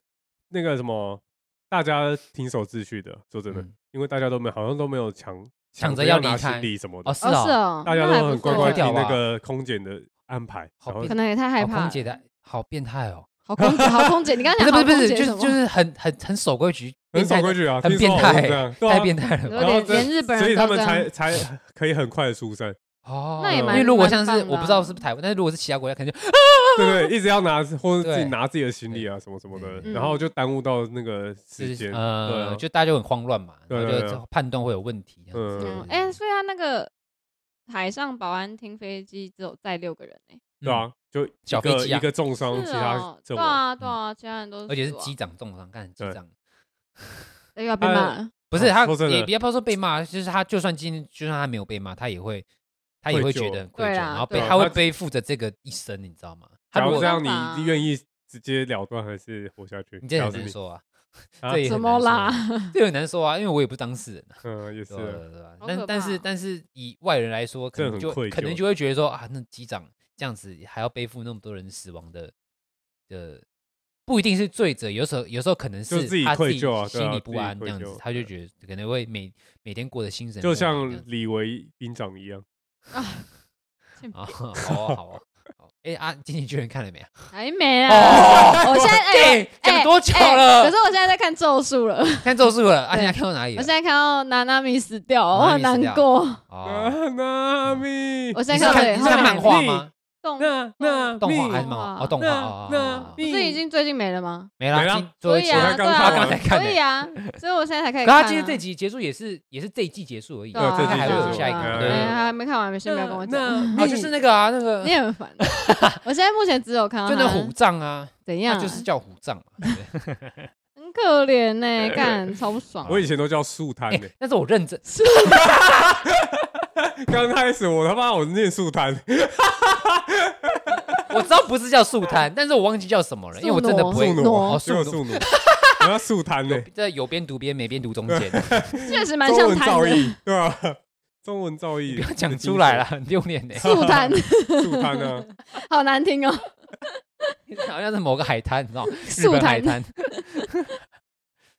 C: 那个什么，大家挺守秩序的，说真的
B: 嗯，
C: 因为大家都没有好像都没有抢
B: 抢着
C: 着要
B: 要离
C: 拿
B: 开
C: 行李什么的
B: 哦，是
A: 哦，是
B: 哦，
A: 哦，
C: 大家
A: 那还
C: 都很
A: 不错
C: 乖乖
A: 欸
B: 跳
C: 听那
B: 啊
C: 个空姐的安排，
B: 好
C: 然后
B: 变
A: 可能也太害
B: 好
A: 怕
B: 空
A: 了。
B: 姐的好变态哦，
A: 好空姐，好空姐，你刚
B: 不
A: 才
B: 是不
A: 讲
B: 是不
A: 好
B: 是，
A: 空姐
B: 就是
A: 什么
B: 就是很很很守规矩，
C: 很
B: 变态
C: 守
B: 的
C: 规矩啊，
B: 很
C: 听
B: 变
C: 说好像
B: 态
C: 是这样，对
B: 太
C: 啊，
B: 变态了吧
A: 有
C: 然后
A: 点
C: 这
A: 连日本
C: 所以
A: 人
C: 他
A: 都
C: 们
A: 这
C: 才
A: 样。
C: 才可以很快的疏散，
B: 哦，
A: 那也
B: 因
C: 蛮
B: 为如果
A: 蛮
B: 像是
A: 棒的啊
B: 我不知道是不是台湾，但是如果是其他国家，可能就
C: 对不对？一直要拿或者自己
B: 对
C: 拿自己的行李啊什么什么
B: 对
C: 的，
B: 对
C: 然后就耽误到那个时
B: 就是
C: 间，对啊
B: 呃，就大家就很慌乱嘛，然
C: 对啊
B: 后
C: 对
B: 就
C: 对
B: 判断会有问题这样子。
C: 嗯
B: 对
A: 哎，所以他那个海上保安厅飞机只有载六个人哎，
C: 对啊，就
B: 小
C: 一
B: 飞
C: 个
B: 机啊
C: 一个重
A: 是
C: 伤，其他
A: 哦，
C: 阵
A: 对
C: 亡。
A: 啊对啊，其他人都
B: 而且是嗯
A: 死亡
B: 机长重伤，看机
C: 对哦
B: 长
A: 哎要被骂了，
B: 不是他
C: 说真的
B: 也也不要说被骂，就是他就算今天就算他没有被骂，他也会他也
C: 愧
B: 会
C: 疚
B: 觉得很愧疚，
A: 对啦啊
B: 然后被
A: 对
B: 他会
C: 啊他
B: 背负着这个一生，你知道吗？他
C: 假
B: 如
C: 如
B: 果
C: 这样，
A: 没办法
C: 你
A: 啊
C: 愿意直接了断还是活下去？
B: 你这
C: 假如
B: 很
C: 是
B: 难
C: 你，
B: 说啊，
C: 啊
B: 这也
A: 怎
B: 很
A: 么
B: 难说
A: 啦？
B: 啊，这很难说啊，因为我也不是当事人啊，
C: 嗯，也是
B: 对吧
C: 啊，
B: 对吧？
A: 好
B: 但
A: 可
B: 但是
A: 怕
B: 但是以外人来说，可
C: 这
B: 能
C: 很
B: 就
C: 愧
B: 可能
C: 疚
B: 就会觉得说啊，那机长这样子还要背负那么多人死亡的的，不一定是罪责，有时候有时候可能
C: 就是自己
B: 他
C: 愧疚啊对
B: 心
C: 啊
B: 里
C: 自
B: 不
C: 己
B: 安这
C: 愧
B: 样子
C: 疚，
B: 他就
C: 对
B: 觉得可能会每每天过得心神不
C: 就
B: 宁这样
C: 像
B: 子，
C: 李维兵长一样，
A: 啊，
B: 啊，好啊，好啊，好哎啊，经济巨人看了没啊？
A: 还没啊！ 我现在哎
B: 哎，讲多久
A: 哎
B: 了
A: 可是我现在在看《咒术》了，我
B: 看咒术了，啊，
A: 对
B: 你还看到哪里
A: 现
B: 了？
A: 在看到娜娜米死掉，我
B: 娜娜
A: 很
B: 米死
A: 难
B: 掉
A: 过。
B: 哦，
C: 啊，那咪，
A: 我现
B: 你
A: 在
B: 是
A: 看到
B: 看
A: 对
B: 你是
A: 后
B: 看
A: 面
B: 漫画吗？
A: 动
C: 那那
B: 动画
C: 咪
B: 还是漫画？哦，动画
C: 那
B: 哦，哦哦
C: 那
B: 哦
A: 不是已经最近没了吗？
B: 没
C: 没
B: 了
C: 了
B: 今，
A: 所
B: 最后一
A: 以
B: 集
A: 啊，
C: 我才
A: 对
C: 刚看
B: 他刚才
A: 啊，
B: 看的
A: 所以啊，所以我现在才开
B: 可
A: 始
B: 他
A: 看啊。
B: 今天这集结束也是也是这一季结束而已，
A: 对
B: 应
A: 啊
B: 该还会
A: 对啊
B: 有下一个嘛，
C: 对啊
B: 对
A: 哎
B: 对对
A: 还没看完，先不要跟我讲。
C: 那
B: 哦，就是那个啊，那个
A: 你很 烦。我现在目前只有看到
B: 就那
A: 他
B: 虎杖啊，
A: 怎
B: 那
A: 样，
B: 就是叫虎 杖嘛。对不对
A: 很可怜呢，干超不爽。
C: 我以前都叫素摊欸呢
B: 哎， 但是我认真，
C: 刚开始我他妈我念素摊，
B: 哦我知道不是叫素摊，但是我忘记叫什么了，因为我真的不会
C: 素奴
B: 哦，
C: 只有
B: 素奴
C: 素奴，我要素摊 呢，
B: 在有边读边没边读中间，
A: 确实蛮
C: 中
A: 像
C: 文
A: 摊
C: 造
A: 的，
C: 诣对吧？中文造诣
B: 不要讲出来了，，很丢脸呢。
A: 素摊，
C: 素摊呢？
A: 好难听哦。
B: 好像是某个海滩，你知 道吗？日
A: 素
B: 本海
A: 摊，
B: 滩。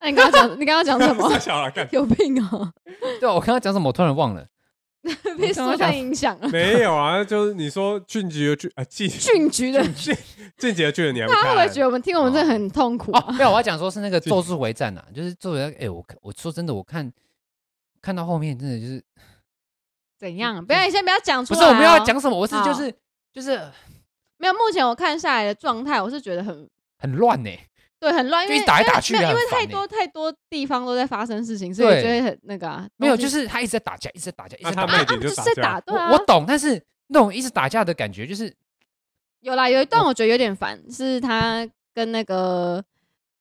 A: 那你刚刚讲，你刚刚讲 什么
C: 太？小了，干
A: 有病哦，
B: 对，啊我刚刚讲什么，我突 然忘了。
A: 被素摊影响了。
C: 没有啊，就是你说俊杰的俊啊，俊
A: 俊局的，
C: 俊俊杰的俊，你还没
A: 大家会不会
C: 看
A: 觉？得我们听我们真的很痛苦
B: 哦，
A: 啊？
B: 没有，我要讲说是那个《咒术回战》啊，就是《咒术回战》。哎，我看我说真的，我看看到后面真的就是
A: 怎样？不要，你先不要讲出
B: 不
A: 来
B: 是
A: 哦。啊
B: 我们要讲什么，我是就
A: 好
B: 是就是
A: 没有？目前我看下来的状态，我是觉得很
B: 很乱呢。
A: 对，很乱，因
B: 就
A: 为
B: 一打来打去
A: 因为
B: 啊
A: 因为
B: 很烦
A: 太
B: 欸
A: 多太多地方都在发生事情，所以
B: 对
A: 就会很那个啊。
B: 没有，
A: 东
B: 就
A: 西
B: 是他一直在打架，一直在打架，一直
C: 那
B: 在
C: 他
A: 啊
B: 打
C: 卖
B: 架。
A: 啊，
C: 点
A: 就
C: 就是打
A: 在
C: 架
A: 打，对啊，
B: 我我懂，但是那种一直打架的感觉，就是
A: 有啦，有一
B: 嗯
A: 段我觉得有点烦，是他跟那个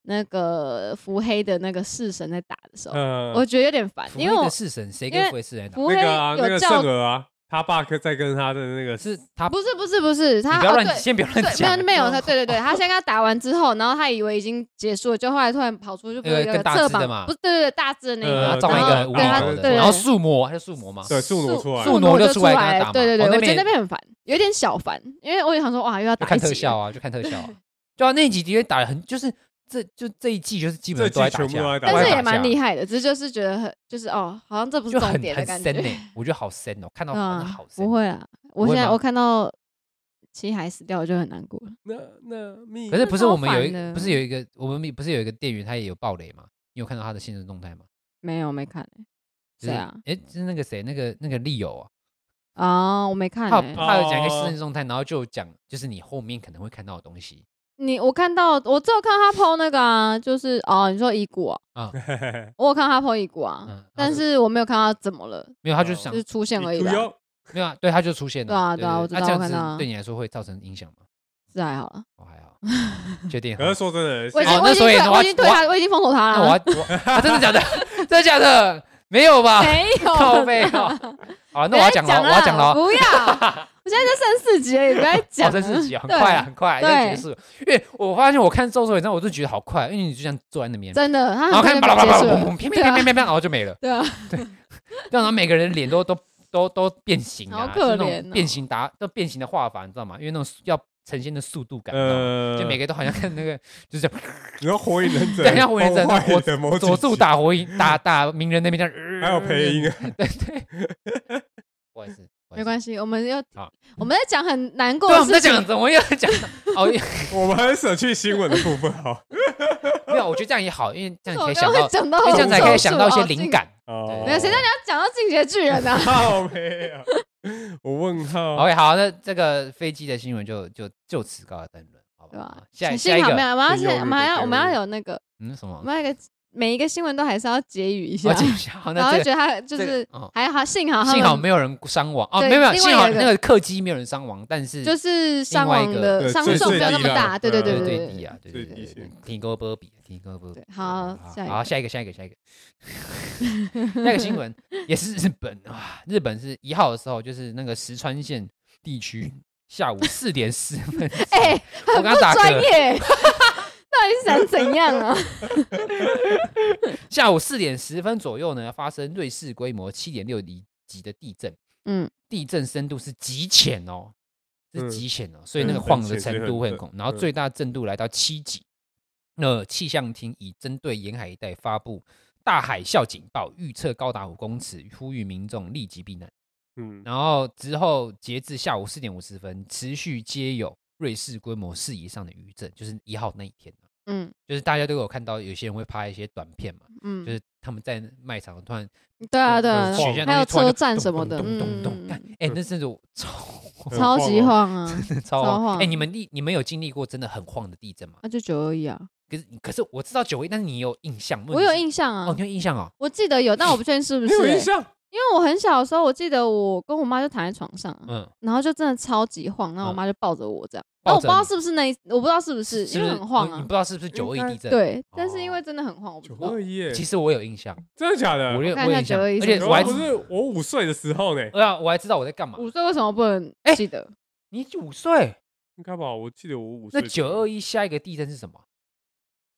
A: 那个伏黑的那个式神在打的时候，
C: 呃，
A: 我觉得有点烦，
B: 嗯福
A: 啊因为我
B: 的式神，谁
A: 因
B: 跟
A: 为
B: 福威式神打？
A: 伏黑
C: 那个啊，那
A: 有
C: 个
A: 叫，
C: 圣儿啊，他爸跟在跟他的那个
B: 是他，
A: 不是不是不是，
B: 你
A: 他
B: 不要
A: 哦
B: 乱，
A: 对
B: 先不要乱
A: 对，没有
B: 讲。
A: 没有他，对对对，他 先跟他打完之后，然后他以为已经结束了，就后来突然跑出去，不是
B: 呃
A: 有一
B: 跟
A: 个
B: 大只
A: 侧
B: 的嘛
A: 膀，不是对对对大致的那
C: 呃
B: 然
A: 个，
B: 后造成一个
A: 然后
B: 无厘
A: 对他
B: 头
A: 对
B: 的，
A: 对
C: 啊
B: 然后树魔还是树魔吗？
C: 对素奴出来，
A: 树
B: 素
A: 挪
B: 啊奴
A: 就
B: 就出来跟
A: 来
B: 他打
A: 了，
B: 嘛
A: 对对
B: 哦
A: 对，
B: 那
A: 我
B: 边
A: 觉得那边
B: 也
A: 很烦，有点小烦，因为我也想说哇，又要
B: 就
A: 打
B: 看
A: 一
B: 特
A: 集
B: 效
A: 了，
B: 啊，就看特效啊。对啊，那一集的确打的很，就是这就这一季就是基本
C: 这
B: 上都在
C: 季
B: 打
C: 全部
B: 架，
C: 都在打
B: 都
A: 但
B: 在
A: 是
B: 打
A: 也蛮
B: 架
A: 厉害的，只是就是觉得很就是哦，好像这不是
B: 就
A: 重
B: 很
A: 点的
B: 很
A: 感
B: 深呢
A: 觉。，嗯
B: 我觉得好深哦，看到好像好深。
A: 不会啦，我
B: 不会
A: 现在
B: 吗
A: 我看到七海死掉，我就很难过了。
C: 那那密
B: 可是不是
A: 超
B: 我们有
A: 烦
B: 一
A: 的
B: 不是有一个我们不是有一个店员他也有暴雷吗？你有看到他的现实动态吗？
A: 没有，没看、欸。
B: 就是
A: 谁啊？
B: 哎，就是那个谁，那个那个利友啊，
A: 啊、我没看、
B: 他
A: 欸
B: 有。他有讲一个
C: 哦
B: 现实动态，然后就讲就是你后面可能会看到的东西
A: 你我看到，我只有看他 PO 那个啊，就是哦，你说遗骨啊，
B: 啊，
A: 我有看他 PO 遗骨啊，
B: 嗯
A: 但是我没有看到怎么了，
B: 没有，他就想
C: 哦
A: 就是出现而已
C: 你
A: 啦。
C: 哟
B: 没有啊，对，他就出现了。
A: 哦对啊对啊我知
B: 那
A: 道
B: 这
A: 我
B: 样
A: 看到啊
B: 子对你来说会造成影响吗？
A: 是还好了。
B: 我还 好，确定哈。
C: 可是说真的，
A: 我已经、
B: 哦
A: 我已经
B: 那所以
A: 退，
B: 我
A: 我已经退
B: 我
A: 他，我已经封锁他
B: 那
A: 了。
B: 我要我啊，真的假的？真的假的？没有吧？
A: 没有
B: 啊靠背 哦
A: 啦。
B: 好，
A: 不要
B: 那我
A: 再
B: 要讲了，我要讲了哦。
A: 不要，我现在在剩四集而 已，不要再讲
B: 好，
A: 了。
B: 这四集很
A: 对
B: 快啊，很快啊要结
A: 对
B: 束了。因为我发现我看《咒术回战》，我就觉得好快，啊因为你就像坐在那边，
A: 真的，他
B: 然
A: 很
B: 后
A: 快
B: 看
A: 就
B: 巴拉巴拉
A: 嗯结
B: 巴
A: 束
B: 拉，
A: 了
B: 砰砰，砰砰砰
A: 对啊
B: 砰砰砰，然后就没了。
A: 对啊，
B: 然后每个人脸都都都都变形啊，
A: 好可
B: 就是那
A: 怜
B: 种
A: 哦
B: 变形打都变形的画法，你知道吗？因为那种要呈现的速度感，你知道吗
C: 呃，
B: 就每个都好像看那个，就是这样
C: 你说火影 忍者，
B: 等一下火影忍者
C: 崩坏的魔
B: 佐助
C: 主
B: 打火影打打鸣人那边这样，
C: 还有配音，啊
B: 对对，不好意思，
A: 没关系，我们要
B: 好
A: 我们在讲很难过
B: 对啊，我
A: 的
B: 们在
A: 事情。
B: 讲怎么又在讲哦，
C: 我们很舍去新闻的部分哦 哈。
B: 没有，我觉得这样也好，因为这样你可以
A: 怎么
B: 想到
A: 会，讲到
B: 因为这样才可以
A: 手
B: 想
A: 术
B: 到一些
A: 哦
B: 灵
A: 进
B: 感。哦
C: 哦
A: 没有谁叫你要讲到进阶巨人啊呢？
C: 靠没有？我问号。
B: OK，好，那这个飞机的新闻就就就此告一段落，好
A: 对吧
B: 吧？下下
A: 幸
B: 一
A: 好没有，
B: 个，
A: 我们要
C: 是忧郁
A: 先，我们还
C: 的
A: 要，我们
C: 忧郁
A: 要有那个，
B: 嗯，什么
A: 我？们要有一个每一个新闻都还是要结语一下
B: 我，讲一下，好，
A: 然后
B: 那
A: 就
B: 哦这
A: 觉
B: 个
A: 得他就
B: 这个
A: 是
B: 哦
A: 还好，幸啊好他
B: 幸好
A: 们
B: 没有人伤亡哦，
A: 对
B: 没有没有，
A: 另外
B: 幸好
A: 有一个
B: 那个客机没有人伤亡，但是
A: 就是伤亡
B: 另外
C: 一
A: 的
C: 个
A: 伤
C: 对
A: 重
C: 最
A: 没
C: 啊
A: 有那
C: 低
A: 么
C: 啦
A: 大，对
C: 对
A: 对
B: 对
A: 对
B: 对
A: 对
B: 低
A: 对。
B: 啊，对对
C: 最低
B: 对
C: 线，
B: 挺高波比，挺高波比
A: 对。好下一个
B: 好，下一个，下一个，下一个，那个新 闻也是日本啊，日本是一号的时候，就是那个石川县地区下午四点十分，
A: 哎，
B: 我
A: 很
B: 刚
A: 不
B: 打
A: 专
B: 嗝，
A: 业， 到底是想怎样啊？
B: 下午四点十分左右呢，发生瑞士规模七点六级的地震，
A: 嗯，
B: 地震深度是极浅哦，
C: 嗯
B: 是极浅哦，所以
C: 嗯
B: 那个
C: 很
B: 晃的
C: 浅所以
B: 程
C: 很
B: 度会
C: 深
B: 很恐，然后
C: 嗯
B: 最大震度来到七级。那气象厅已针对沿海一带发布大海啸警报，预测高达五公尺，呼吁民众立即避难。
C: 嗯，
B: 然后之后截至下午四点五十分，持续皆有瑞士规模四以上的余震，就是一号那一天、啊、
A: 嗯
B: 就是大家都有看到，有些人会拍一些短片嘛，
A: 嗯，
B: 就是他们在卖场突然
A: 对啊对啊，
B: 有
A: 对
B: 雪
A: 啊
B: 下
A: 还有
B: 那些突然
A: 车
B: 就
A: 站什
B: 咚
A: 么的，
B: 咚咚
A: 嗯，
B: 咚，
A: 嗯
B: 干
A: 嗯
B: 哎，那真的我 超
C: 很
A: 超级
C: 晃哦
A: 晃啊， 超
B: 超晃，哎，
A: 晃
B: 你们地你们有经历过真的很晃的地震吗？
A: 那就九二一 啊，
B: 可是可是我知道九一，但哦是你有印象吗？
A: 我有印象
B: 哦，
A: 啊
B: 你，有印象哦，
A: 我记得有，但我不确定是不
C: 你
A: 是
C: 有
A: 欸，
C: 印象？
A: 因为我很小的时候，我记得我跟我妈就躺在床上啊，
B: 嗯，
A: 然后就真的超级晃，然后我
B: 嗯
A: 妈就抱着我这样，哦
B: 抱
A: 那我不
B: 着
A: 知道
B: 你
A: 是不是那一，我不知道是不是，
B: 是
A: 因
B: 不
A: 为
B: 是
A: 很晃
B: 我
A: 啊
B: 你不，知道是不是九二
C: 应
B: 一
C: 该
B: 地震？，
A: 对，但是因
B: 哦
A: 为真的很晃，我不知
C: 九
A: 道，
C: 二一耶，
B: 其实我有印象，
C: 真的假的？
B: 我有
A: 看
B: 我
A: 一
B: 有
A: 下
B: 印象，
A: 921
B: 而且
A: 是
C: 九二
B: 我还
C: 一不是我五岁的时候呢，
B: 对啊，我还知道我在干嘛。
A: 五岁为什么不能
B: 哎
A: 记得？
B: 你五岁，
C: 应该吧？我记得我五岁
B: 那
C: 左
B: 九
C: 右。
B: 二一下一个地震是什么？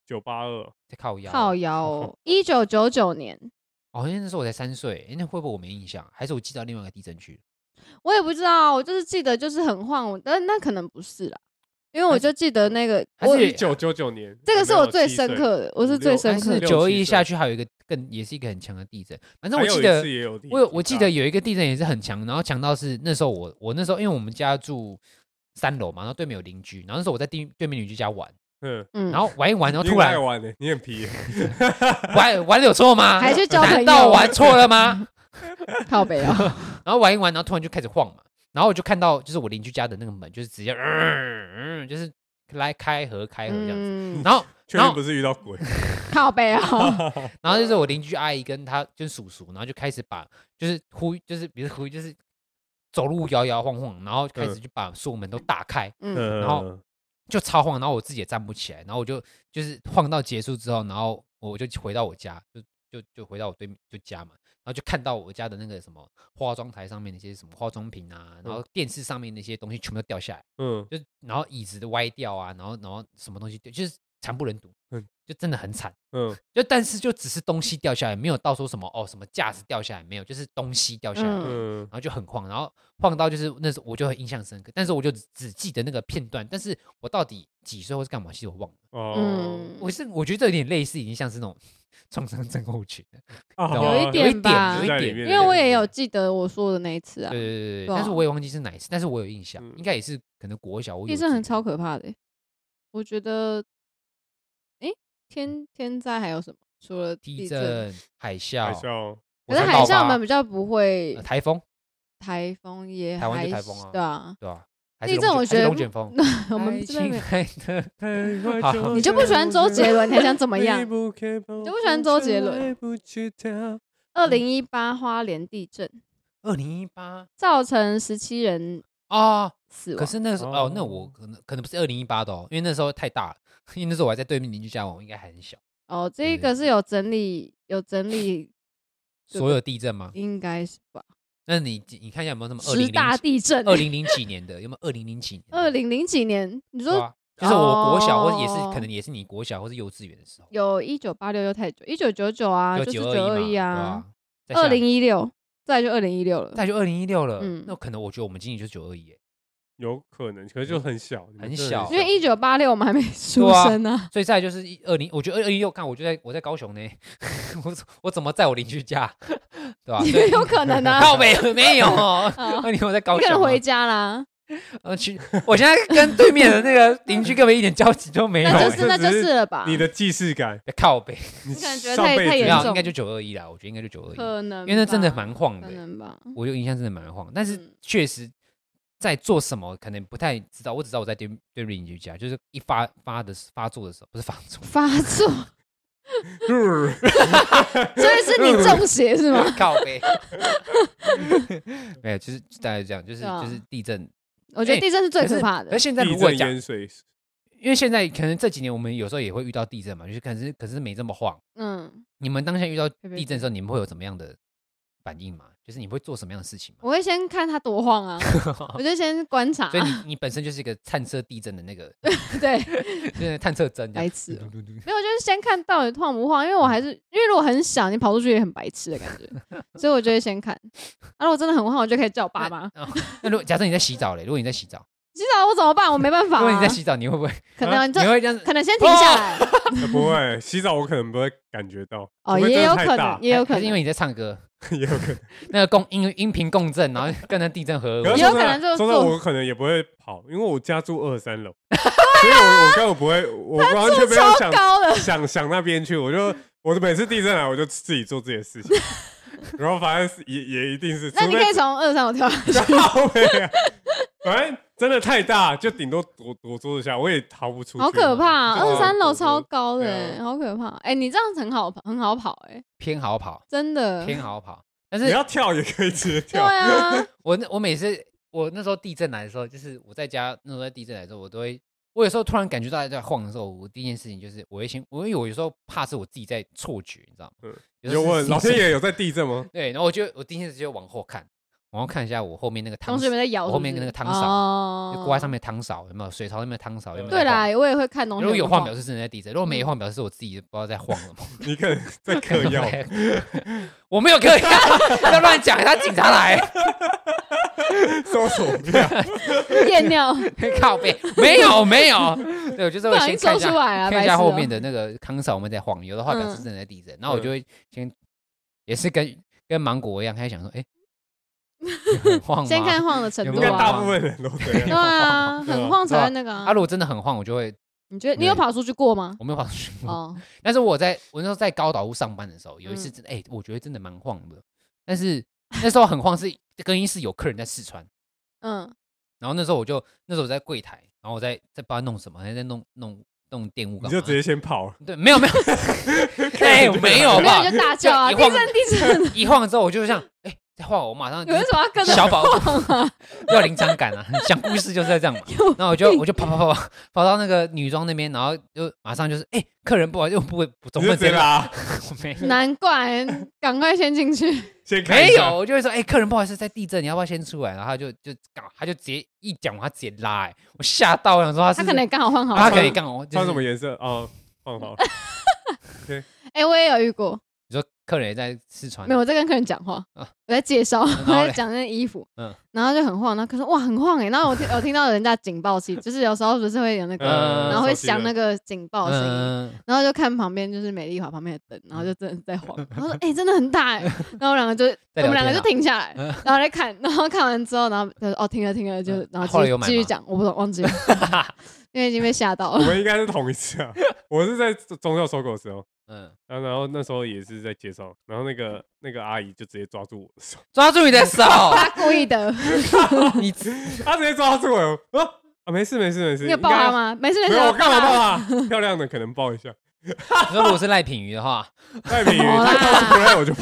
C: 九八二，
B: 在靠腰，
A: 靠摇 哦，一九九九年，
B: 好像那时候我才三岁，诶那会不会我没印象？啊还是我记到另外一个地震去？
A: 我也不知道，我就是记得就是很晃，我但那可能不是啦，因为我就记得那个
B: 还
A: 我
B: 是
C: 一九九九年，
A: 这个是我最
C: 七岁
A: 深刻的我是
C: 六
A: 最深
B: 但
A: 刻的
B: 是
C: 六
B: 九二
C: 七
B: 一
C: 岁
B: 下去还有一个更也是一个很强的地震，反正
C: 还
B: 我
C: 有
B: 记
C: 一
B: 得
C: 次也有地
B: 我有
C: 震
B: 我记
C: 啊
B: 得有一个地震也是很强，然后强到是那时候我我那时候因为我们家住三楼嘛，然后对面有邻居，然后那时候我在地对面邻居家玩，
C: 嗯，
A: 嗯，
B: 然后玩一玩，然后
C: 你
B: 突
C: 很爱
B: 然
C: 玩呢，你很皮耶，
B: 玩玩的有错吗？
A: 还去交朋友
B: 难道玩错了吗？
A: 靠北啊，
B: 然后玩一玩，然后突然就开始晃嘛，然后我就看到就是我邻居家的那个门，就是直接，嗯、嗯就是来开合开合这样子。
A: 嗯，
B: 然后，
C: 确
B: 然
C: 定不
B: 后，
C: 是遇到鬼，
A: 靠北啊，
B: 然后就是我邻居阿姨跟她就是叔叔，然后就开始把就是呼，就是比如呼，就是走路摇摇晃晃，然后开始
C: 嗯
B: 就把所有门都打开，
A: 嗯，
C: 然
B: 后就超晃，然后我自己也站不起来，然后我就就是晃到结束之后，然后我就回到我家，就就就回到我对面就家嘛，然后就看到我家的那个什么化妆台上面那些什么化妆品啊，然后电视上面那些东西全部都掉下来，
C: 嗯，
B: 就然后椅子都歪掉啊，然后然后什么东西掉，就是惨不忍睹
C: 嗯，
B: 就真的很惨。
C: 嗯
B: 就但是就只是东西掉下来，没有到说什么哦什么架子掉下来，没有，就是东西掉下来，
A: 嗯
C: 嗯
B: 然后就很晃，然后晃到就是那时候我就很印象深刻，但是我就只只记得那个片段，但是我到底几岁或是干嘛，其实我忘了。
C: 哦
A: 嗯，
B: 我是我觉得这有点类似，已经像是那种 创伤症候群了，
C: 啊
B: 懂
A: 有
B: 吗
A: 一点吧
B: 有一
C: 在
B: 点，
C: 里
B: 有一
C: 面
B: 点
A: 因为我也有记得我说的那一次啊
B: 对对，对对，
A: 对
B: 但是
A: 啊
B: 我也忘记是哪一次，但是我有印象
C: 嗯，
B: 应该也是可能国小，我
A: 地
B: 有
A: 震很
B: 记
A: 超
B: 得
A: 可怕的欸，我觉得，诶，天天灾还有什么？除了
B: 地
A: 地震，
B: 震、海
C: 海
B: 啸，
C: 啸，
A: 可是海啸我们
B: 嘛，
A: 比较不会
B: 呃，台风
A: 台风也
B: 台湾
A: 还
B: 就台风
A: 是
B: 啊
A: 对啊，
B: 对吧？还
A: 地
B: 是龙
A: 震我
B: 卷还
A: 觉
B: 是
A: 得
B: 龙卷 风，
A: 我们这边没有
B: 好
A: 你就不喜欢周杰伦，你还想怎么样？
C: 你
A: 就不喜欢周杰伦？
B: 嗯
A: 二零一八花莲地震
B: 二零一八
A: 造成十七人
B: 啊，
A: 死
B: 可
A: 亡，
B: 是那时候哦，那
C: 哦
B: 我可能可能不是二零一八的哦，因为那时候太大了，因为那时候我还在对面邻居家玩，我应该还很小。
A: 哦，这个是有整理有整理，对
B: 所有地震吗？
A: 应该是吧？
B: 那你你看一下有没有什么二零
A: 十大
B: 零
A: 地震，
B: 二零零几年的？有没有二零零几年的？
A: 二零零几年，你
B: 对
A: 说
B: 啊，就是我国小，
A: 哦
B: 或者也是可能也是你国小或是幼稚园的时候，
A: 有一九八六又太久，一九九九啊，就是
B: 九
A: 九
B: 二
A: 二
B: 一
A: 一啊，
B: 嘛，对吧
A: 二零一六，再就二零一六了。
B: 再就二零一六了
A: 嗯，
B: 那可能我觉得我们今年就九二一，
C: 有可能，可是就很小，你们
B: 很
C: 真的
B: 小
A: 因为一九八六我们还没出
B: 对啊
A: 生啊，
B: 所以再来就是一二零，我觉得二零一六，看我就在我在高雄呢， 我怎我怎么在我邻居家， 对吧？所以
A: 也有可能啊，
B: 靠北没有哦，
A: 哦
B: 二零我在高
A: 你
B: 雄
A: 可
B: 啊，
A: 能回家啦，
B: 呃，去，我现在跟对面的那个邻居根本一点交集都没有、
A: 那就
B: 欸，
A: 是那就
C: 这只是
A: 是了吧，
C: 你的既视感，
B: 靠北，
C: 你
A: 可能觉得
C: 上
A: 太
C: 辈
A: 太
C: 子
B: 没
A: 严
B: 有，啊
A: 重
B: 应该就九二一啦，我觉得应该就九二一，
A: 可能
B: 因为那真的
A: 吧
B: 蛮晃的
A: 可
B: 欸、
A: 能吧，
B: 我有印象真的蛮晃，但是
A: 嗯
B: 确实在做什么可能不太知道，我只知道我在对对面邻居家，就是一发发的时发作的时候，不是发作，
A: 发 作，
C: 嗯
A: 所以是你中邪 是吗？
B: 靠 北，没有，就是大概这样，就是
A: 对啊
B: 就是地震，
A: 我觉得地震是最可怕的
B: 而。现在如
C: 地
B: 果
C: 震
B: 讲，
C: 淹水，
B: 因为现在可能这几年我们有时候也会遇到地震嘛，就是可是可是没这么晃。
A: 嗯，
B: 你们当下遇到
A: 呸呸
B: 地震的时候，你们会有怎么样的反应吗？就是你会做什么样的事情吗？
A: 我会先看它多晃啊，我就先观察
B: 所。以你你本身就是一个探测地震的 那个，
A: 对，
B: 就是探测针这
A: 白
B: 样，
A: 痴 哦没有，就是先看到底晃不晃，因为我还是因为如果很小，你跑出去也很白痴的感觉，所以
B: 哎
A: 我就会先看。啊，如果真的很晃，我就可以叫我爸妈。
B: 哦那如果假设你在洗澡嘞，如果你在洗澡，
A: 洗澡我怎么办？我没办法、
B: 如果你
A: 啊
B: 在，洗澡，你会不会
A: 可能
B: 你
A: 这
B: 会这样子？
A: 可能先停下来
C: 呃不会洗澡，我可能不会感觉到。
A: 哦，
C: 除非
A: 也
C: 真
A: 有
C: 的太
A: 可
C: 大
A: 能，也有
B: 还
A: 可
B: 是
A: 能
B: 因为你在唱歌，
C: 也有可能。
B: 那个共音音频共振，然后跟那地震合
C: 可
B: 二
C: 是
A: 也
C: 说
A: 有
C: 真的
A: 可能就是
C: 说真的
A: 做
C: 我可能也不会跑，因为我家住二三 楼，所以我我根本不会，我完全没有
A: 超
C: 想
A: 高的，
C: 想想那边去，我就我每次地震来，我就自己做自己的 事情，然后反正也也一定是，
A: 那
C: 除
A: 你可
C: 非
A: 以从二三楼跳下去，
C: 靠背啊，反正真的太大，就顶多躲躲桌子下，我也逃不出去。
A: 好可怕、啊！
C: 对
A: 二
C: 啊
A: 三楼
C: 躲
A: 超高的、
C: 对啊
A: 欸，好可怕！哎、你这样子很好，很好跑、欸，哎，
B: 偏好跑，
A: 真的。
B: 偏好跑。但
C: 你
B: 是
C: 要跳也可以直接
A: 对
C: 跳，
A: 啊，
B: 我那我每次我那时候地震来的时候，就是我在家那时候在地震来的时候，我都会，我有时候突然感觉到在晃的时候，我第一件事情就是我会先，我因为我有时候怕是我自己在错觉，你知道吗？
C: 嗯
B: 有时
C: 有
B: 候是
C: 问
B: 自己
C: 老天爷有在地震吗？
B: 对，然后我就我第一件事就往后看，往后看一下我后面那个汤
A: 同学们在咬
B: 我
A: 是不是
B: 后面那个汤勺
A: 哦
B: 就挂在上面的汤勺有没有水槽上面的汤勺有没有？
A: 对啦，，我也会看同学
B: 如
A: 们。嗯
B: 果有晃，表示真的在地震；如果没晃，表示我自己不知道在晃什么。
C: 你可能在嗑药，
B: 我没有嗑药， 不要乱讲，他警察来
C: 搜索票，
A: 验 尿，
B: 靠背，没有没有。对，我就是会
A: 不小
B: 先
A: 心
B: 看一
A: 说
B: 下
A: 出，来啊，
B: 看
A: 白
B: 一下
A: 痴
B: 后
A: 哦嗯
B: 面的那个康嫂我们在晃，有的话表示真的在地震，然后我就会先也是跟跟芒果一样，开始想说，哎， 很晃吗
A: 先看晃的程
B: 有
A: 度
B: 没
C: 应
B: 有
C: 该大
A: 啊。
C: 部分人都这
A: 对
C: 样。
A: 啊，
C: 对啊
A: 很晃才会那个
B: 啊，
A: 啊。
B: 如果真的很晃，我就会
A: 你觉得你有跑出去过吗？
B: 我没有跑去摸
A: 哦，
B: 但是我在我那时候在高岛屋上班的时候，有一次
A: 嗯
B: 真的，哎、我觉得真的蛮晃的。但是那时候很晃是更衣室有客人在试穿，
A: 嗯，
B: 然后那时候我就那时候我在柜台，然后我在在不知道弄什么，还在弄弄弄电务
C: 你
B: 干
C: 就
B: 嘛？
C: 直接先跑了，
B: 对，没有没有， 哎、没有好
A: 没
B: 不好
A: 有你就大叫啊，
B: 就
A: 地
B: 一晃
A: 震地 震，
B: 一晃之后我就像哎、在晃，我马上
A: 你
B: 就
A: 为
B: 是
A: 什么要跟着
B: 小宝
A: 晃啊？
B: 要临场感啊，讲故事就是在这样嘛。
A: 有
B: 然后我就
A: 病
B: 我就跑跑跑跑跑到那个女装那边，然后就马上就是哎、客人不好意思，又不会不总
C: 你就
B: 不能
C: 直接
B: 直接拉，
C: 拉，
B: 我没有
A: 难怪，赶快先进去。
C: 先 看一
B: 没
C: 下
B: 有，，我就会说，哎、客人不好意思，在地震，你要不要先出来？然后他就就搞，他就直接一讲完，他直接拉、哎，我吓到，我想说他是
A: 他可能也刚好换好了。
B: 他可能也干我，就
C: 穿
B: 是
C: 什么颜色？哦，放好了，
A: 哎、我也有遇过，
B: 你说客人也在试穿，
A: 没有我在跟客人讲话，
B: 啊
A: 我在介绍， 我
B: 后嘞
A: 在讲那衣服，
B: 嗯
A: 然后就很晃，然后客人说哇很晃哎、然后我听我听到人家警报器，就是有时候不是会有那个，
B: 嗯
A: 然后会
C: 手机的
A: 响那个警报声音。
B: 嗯，
A: 然后就看旁边就是美丽华旁边的灯，然后就真的在晃。 然后说：“哎、真的很大哎、然后我两个就我
B: 在聊天啊
A: 们两个就停下来，
B: 嗯
A: 然后来看，然后看完之后，然后他说：“哦，停了停了，就
B: 嗯
A: 然
B: 后来
A: 后
B: 有
A: 继
B: 买
A: 继续
B: 吗
A: 讲，我不懂忘记 了，因为已经被吓到
C: 我
A: 了。
C: 们应该是同一次啊。我是在宗教收狗的时候，
B: 嗯，
C: 然后然后那时候也是在介绍，然后那个那个阿姨就直接抓住我的手，
B: 抓住你的手，
A: 他故意的，
B: 你
C: 她直接抓住我，我说啊没事没事没事，
A: 你有抱他？吗？没事没
C: 没
A: 事，
C: 有，我干嘛
A: 他
C: 抱啊？漂亮的可能抱一下，
B: 你说如果是赖品鱼的话，
C: 赖品
A: 好
C: 妤
A: 啦
C: 她告诉不赖我就抱，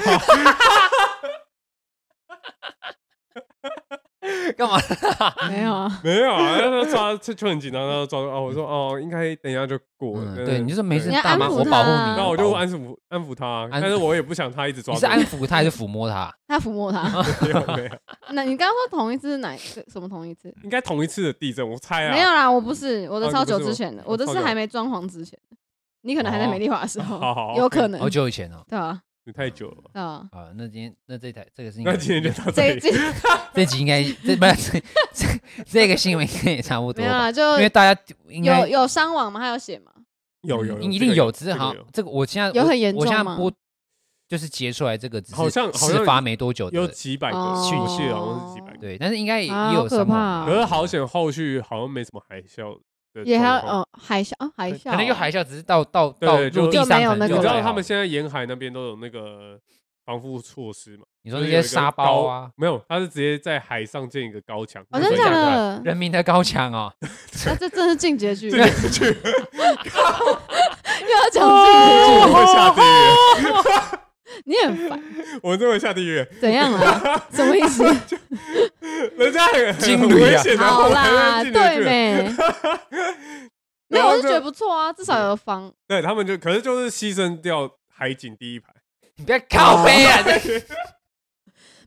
B: 干嘛？
A: 没有啊，
C: 没有啊，她抓就就很紧张，然后抓住哦，我说哦应该等一下就过了，
B: 嗯
C: 但是
B: 对，你就说没事
A: 你，要
B: 大妈，
A: 安抚
B: 我保护
A: 他啊
C: 呃
B: 你，
C: 然后我
B: 保
C: 就
B: 护
C: 安抚安抚她，
B: 安
C: 但是我也不想她一直抓
B: 你
C: 住
B: 是
C: 我，
B: 安抚他还是抚摸他？
A: 他抚摸 他。
C: 没 有没有，
A: 那你刚刚说同一次是哪一次什么同一次？
C: 应该同一次的地震，我猜啊，
A: 没有啦，我不是，我
C: 哦
A: 的
C: 你
A: 超
C: 不
A: 久
C: 是
A: 之
C: 吗
A: 前的，
C: 哦
A: 我的
C: 超
A: 是
C: 久
A: 还没装潢之前的，你可能还在
C: 哦
A: 美丽华 的时
C: 好好
A: 候，有可能，
B: 好久以前哦，
A: 对啊，
C: 你太久了。
A: 对 啊。
B: 啊，那今天那这台这个是应
C: 那
B: 该
C: 今天就到这
A: 这
C: 里，
A: 这
B: 这集应该这不是这这个新闻应该也差不多
A: 没
B: 吧
A: 有，啦，就
B: 因为大家应该
A: 有有伤亡吗？他有写吗？
C: 有有有，
B: 一
C: 这
B: 定
C: 个
B: 有，只是
C: 这个
B: 好
C: 有
B: 这个我现在
A: 有
B: 我
A: 很严
B: 我现在
A: 重吗
B: 播就是截出来这个，只
C: 好
B: 是
C: 像好像
B: 事发没多久
C: 有
B: 的，
C: 几百个
A: 哦
C: 讯息，好像是几百个。
B: 对，但是应该也
A: 啊
B: 也有
A: 好
B: 伤
A: 可怕
B: 亡，
A: 啊
C: 可是好险，后续好像没什么海啸的状况。
A: 也还有哦，海啸啊，海啸，
B: 可能又海啸，只是到到
C: 对
B: 到
C: 对
B: 陆
C: 就
B: 地
A: 就
B: 上
A: 没有
B: 可能
A: 那
C: 你
A: 个
B: 就
C: 知
B: 还
C: 道
B: 好
C: 他们现在沿海那边都有那个防护措施嘛？
B: 你
C: 你
B: 说那些沙包啊，，
C: 没有，他是直接在海上建一个高墙。
A: 哦，
C: 你
A: 真的
C: 可以
A: 假
C: 看看？
A: 的？
B: 人民的高 墙哦，
A: 那这真是进阶剧，又
C: 这进去，
A: 要讲进
C: 哦我
A: 阶
C: 会下地狱，
A: 剧，你很烦，
C: 我真的会下地狱。
A: 怎样啊？什么意 思？
C: 人家很
B: 惊
C: 很
B: 旅啊
C: 危险的，
A: 好
C: 我还
A: 啦，
C: 能进得去
A: 对？没？ 没有，我是觉得不错啊，至少有防。
C: 对他们就，可是就是牺牲掉海景第一排。
B: 你不要靠背啊，这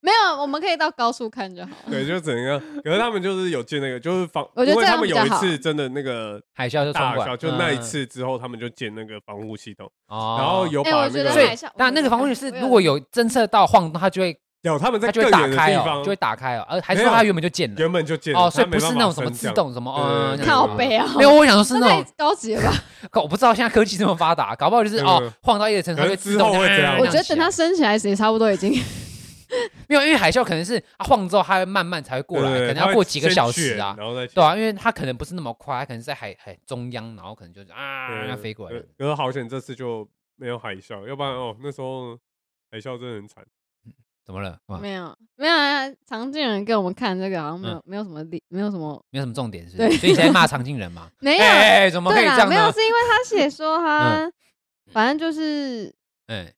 A: 没有，我们可以到高处看就好了。
C: 对，就怎样？可是他们就是有建那个，就是防，
A: 我觉得
C: 因为
A: 这样
C: 他们有
A: 比较
C: 一
A: 好
C: 次真的那个
B: 海啸就冲
C: 大
B: 过
C: 小，
B: 来，
C: 就那一
B: 嗯，
C: 次之后，他们就建那个防护系统，
B: 然
C: 然后有
A: 哎，
C: 把
A: 我
C: 那
A: 觉得
B: 所以
C: 个
A: 海啸，
B: 哦但那个防护
A: 我
B: 是
A: 觉得
B: 如果有侦测到晃动，它就会
C: 有他们在
B: 它就
C: 更
B: 会
C: 远
B: 打
C: 的
B: 开
C: 地
B: 哦，
C: 方
B: 就会打开哦，呃，还是
C: 没
B: 说
C: 有
B: 它原本就建了？
C: 原本就建了
B: 哦，所以
C: 它
B: 不
C: 没
B: 是
C: 办
B: 那种
C: 法
B: 什么
C: 升
B: 自
C: 降
B: 动什么，嗯，
C: 对
B: 那种
A: 靠背啊，
B: 没有，我想说是
A: 这
B: 那
A: 太
B: 种，
A: 高级了吧？
B: 搞我不知道现在科技这么发达，搞不好就是
C: 嗯
B: 哦，晃到一个层，它
C: 可
B: 会
C: 能
B: 自
C: 之
B: 动
C: 后会这样
B: 啊
C: 海
A: 我
C: 浪
A: 觉得等它
B: 起
A: 升起来也差不多已经
B: 来没有，因为海啸可能是啊晃之后它会慢慢才会过来，
C: 对
B: 可能
C: 它
B: 要
C: 会
B: 过几个
C: 先
B: 小时
C: 卷
B: 啊，
C: 然后再
B: 对啊，因为它可能不是那么快，它可能是在海海中央，然后可能就是啊
C: 对
B: 那飞过来
C: 呃。然后好险这次就没有海啸，要不然哦那时候海啸真的很惨。
B: 怎么了？哇
A: 没有没有啊。常见人给我们看这个好像
B: 嗯
A: 没有没有什么力，没有什么
B: 没有什么重点是不
A: 对
B: 是？所以你在骂常青人嘛？
A: 没有
B: 哎，怎么可以
A: 对
B: 这
A: 啦，
B: 样
A: 没有
B: 呢？
A: 是因为他写 说他反正就是
B: 嗯，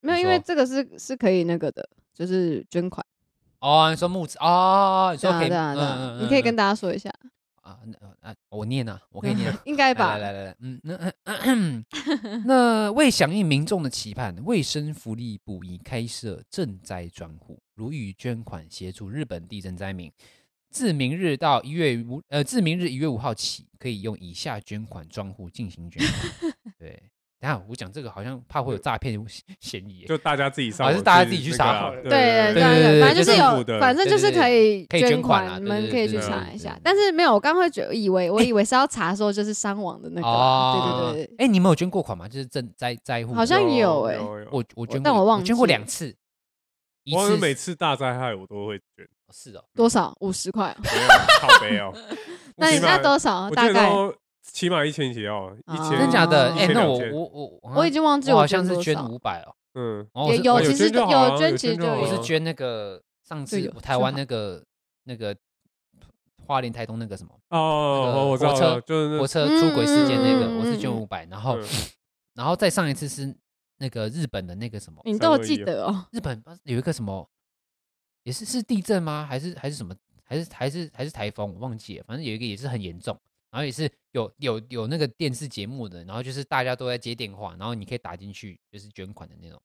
A: 没有，
B: 你
A: 因为
B: 说
A: 这个是是可以那个的，就是捐款。
B: 哦，你说木子哦，你
A: 对
B: 说
A: 啊
B: 可以，
A: 对啊
B: 嗯
A: 对
B: 嗯
A: 啊，
B: 嗯
A: 你可以
B: 嗯
A: 跟大家说一下，，
B: 啊，那啊，我念啊，我可以念啊
A: 应该吧
B: 来？来来来，嗯，那 咳咳咳那为响应民众的期盼，卫生福利部已开设赈灾专户，如予捐款协助日本地震灾民。自明日到一月五，呃，自明日一月五号起，可以用以下捐款专户进行捐款。对，等一下我讲这个好像怕会有诈骗嫌疑耶，
C: 就大家自己上
B: 还
C: 网那个啊，
B: 哦是大家自己去查好了
A: 对
C: 对
A: 对
B: 对对对
A: 对，反正就是
C: 政府
A: 有，
C: 的
A: 反正就是可以
B: 可以捐款啊
A: 款，你
B: 对
A: 们
B: 对
A: 可以
B: 对
A: 去
C: 对
A: 查
B: 对
A: 一下
B: 对。
A: 但是没有，我刚会觉以为我以为是要查说就是伤亡的那个啊，对对对
B: 哎，你们有捐过款吗？就是赈灾灾户的，
A: 好像
C: 有
A: 有哎
C: 有有
B: 我我捐过一，
A: 但我忘
B: 捐过
A: 记了
B: 两次，一
C: 我好
B: 次
C: 像每次大灾害我都会捐，
B: 是哦，
A: 多少？五十块哦？
C: 没有啊靠背哦。
A: 那你
C: 起码
A: 那多少？
C: 我
A: 哦大
C: 记得
A: 概
C: 都起码一千起哦，一
A: 哦
C: 千，
B: 真的假的？
A: 哦
B: 哎，
C: 一千
B: 那
C: 两
B: 我
C: 千
B: 我我我
A: 我已经忘记
B: 我好
A: 捐
B: 像是
A: 多
B: 捐
A: 少
B: 五百哦，
C: 嗯，
B: 然后我
A: 也
B: 是
A: 有，
B: 我
C: 有
A: 其实
C: 捐就好啊有
A: 捐，其实
C: 捐就好
A: 有
B: 我
C: 啊
B: 是捐那个上次
A: 有
B: 台
A: 就
B: 湾
A: 好
B: 那个那个花莲台东那个什么
C: 哦哦，
B: 那个
C: 哦我知道
B: 火车
C: 了，就是
B: 火
C: 那
B: 车出轨事件那个，我是捐
A: 嗯嗯嗯嗯
B: 五百，然后
C: 嗯
B: 然后再上一次是那个日本的那个什么，
A: 你都有记得哦。
B: 日本有一个什么，也是是地震吗？还是还是什么？还是还是还是台风？我忘记了，反正有一个也是很严重，然后也是有有有那个电视节目的，然后就是大家都在接电话，然后你可以打进去就是捐款的那种，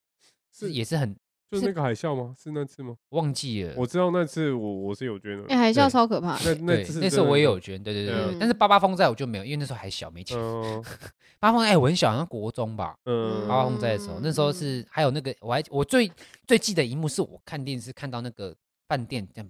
B: 是
C: 是
B: 也是很
C: 就是那个海啸吗？是那次吗？
B: 忘记了。
C: 我知道那次我我是有捐的
A: 哎，，海
B: 对
A: 啸超可怕的，
C: 那那
B: 对
C: 次，
B: 那时候我也有捐，对对对
C: 对啊
B: 对但是八八风灾我就没有，因为那时候还小没
C: 真
B: 钱。
C: 的，嗯
B: 八八风灾哎，我很小，好像国中吧，
C: 嗯
B: 八八风灾的时候，那时候是还有那个，我还我最最记得一幕是我看电视看到那个饭店这样，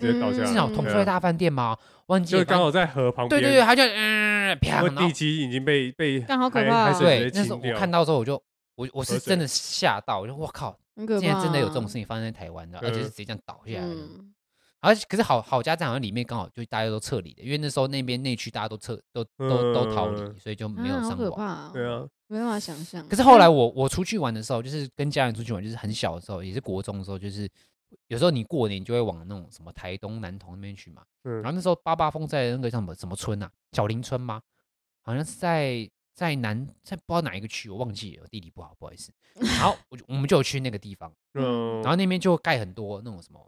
C: 直接倒下来，
B: 是那种统
C: 对啊
B: 帅大饭店吗？忘记
C: 就
B: 了，
C: 是刚
B: 反
C: 好在河旁
B: 正对
C: 边，
B: 对对，他就嗯啪，
C: 然后
B: 然后
C: 地基已经被被海
A: 干好可怕啊
C: 海水
B: 对
C: 直，接
B: 那时候
C: 清
B: 我
C: 掉，
B: 看到之后我就我我是
C: 河水
B: 真的吓到，我就我靠，
A: 很可怕。
B: 竟然真的有这种事，情发生在台湾的，
C: 对
B: 而且是直接这样倒下来的。
A: 嗯，
B: 而且可是好好家站好像里面刚好就大家都撤离的，因为那时候那边内区大家都撤都都都逃
C: 嗯
B: 离，所以就没有
A: 啊好
B: 伤
A: 可
B: 亡。
A: 怕，嗯
C: 对，啊，
A: 没办法想象。
B: 可是后来我我出去玩的时候，就是跟家人出去玩，就是很小的时候，也是国中的时候，就是有时候你过年就会往那种什么台东、南投那边去嘛。
C: 嗯
B: 然后那时候八八风在那个叫什么什么村啊，小林村吗？好像是在在南在不知道哪一个区，我忘记了，我地理不好，不好 意思。然后我就我们就有去那个地方，
C: 嗯，
B: 然后那边就盖很多那种什么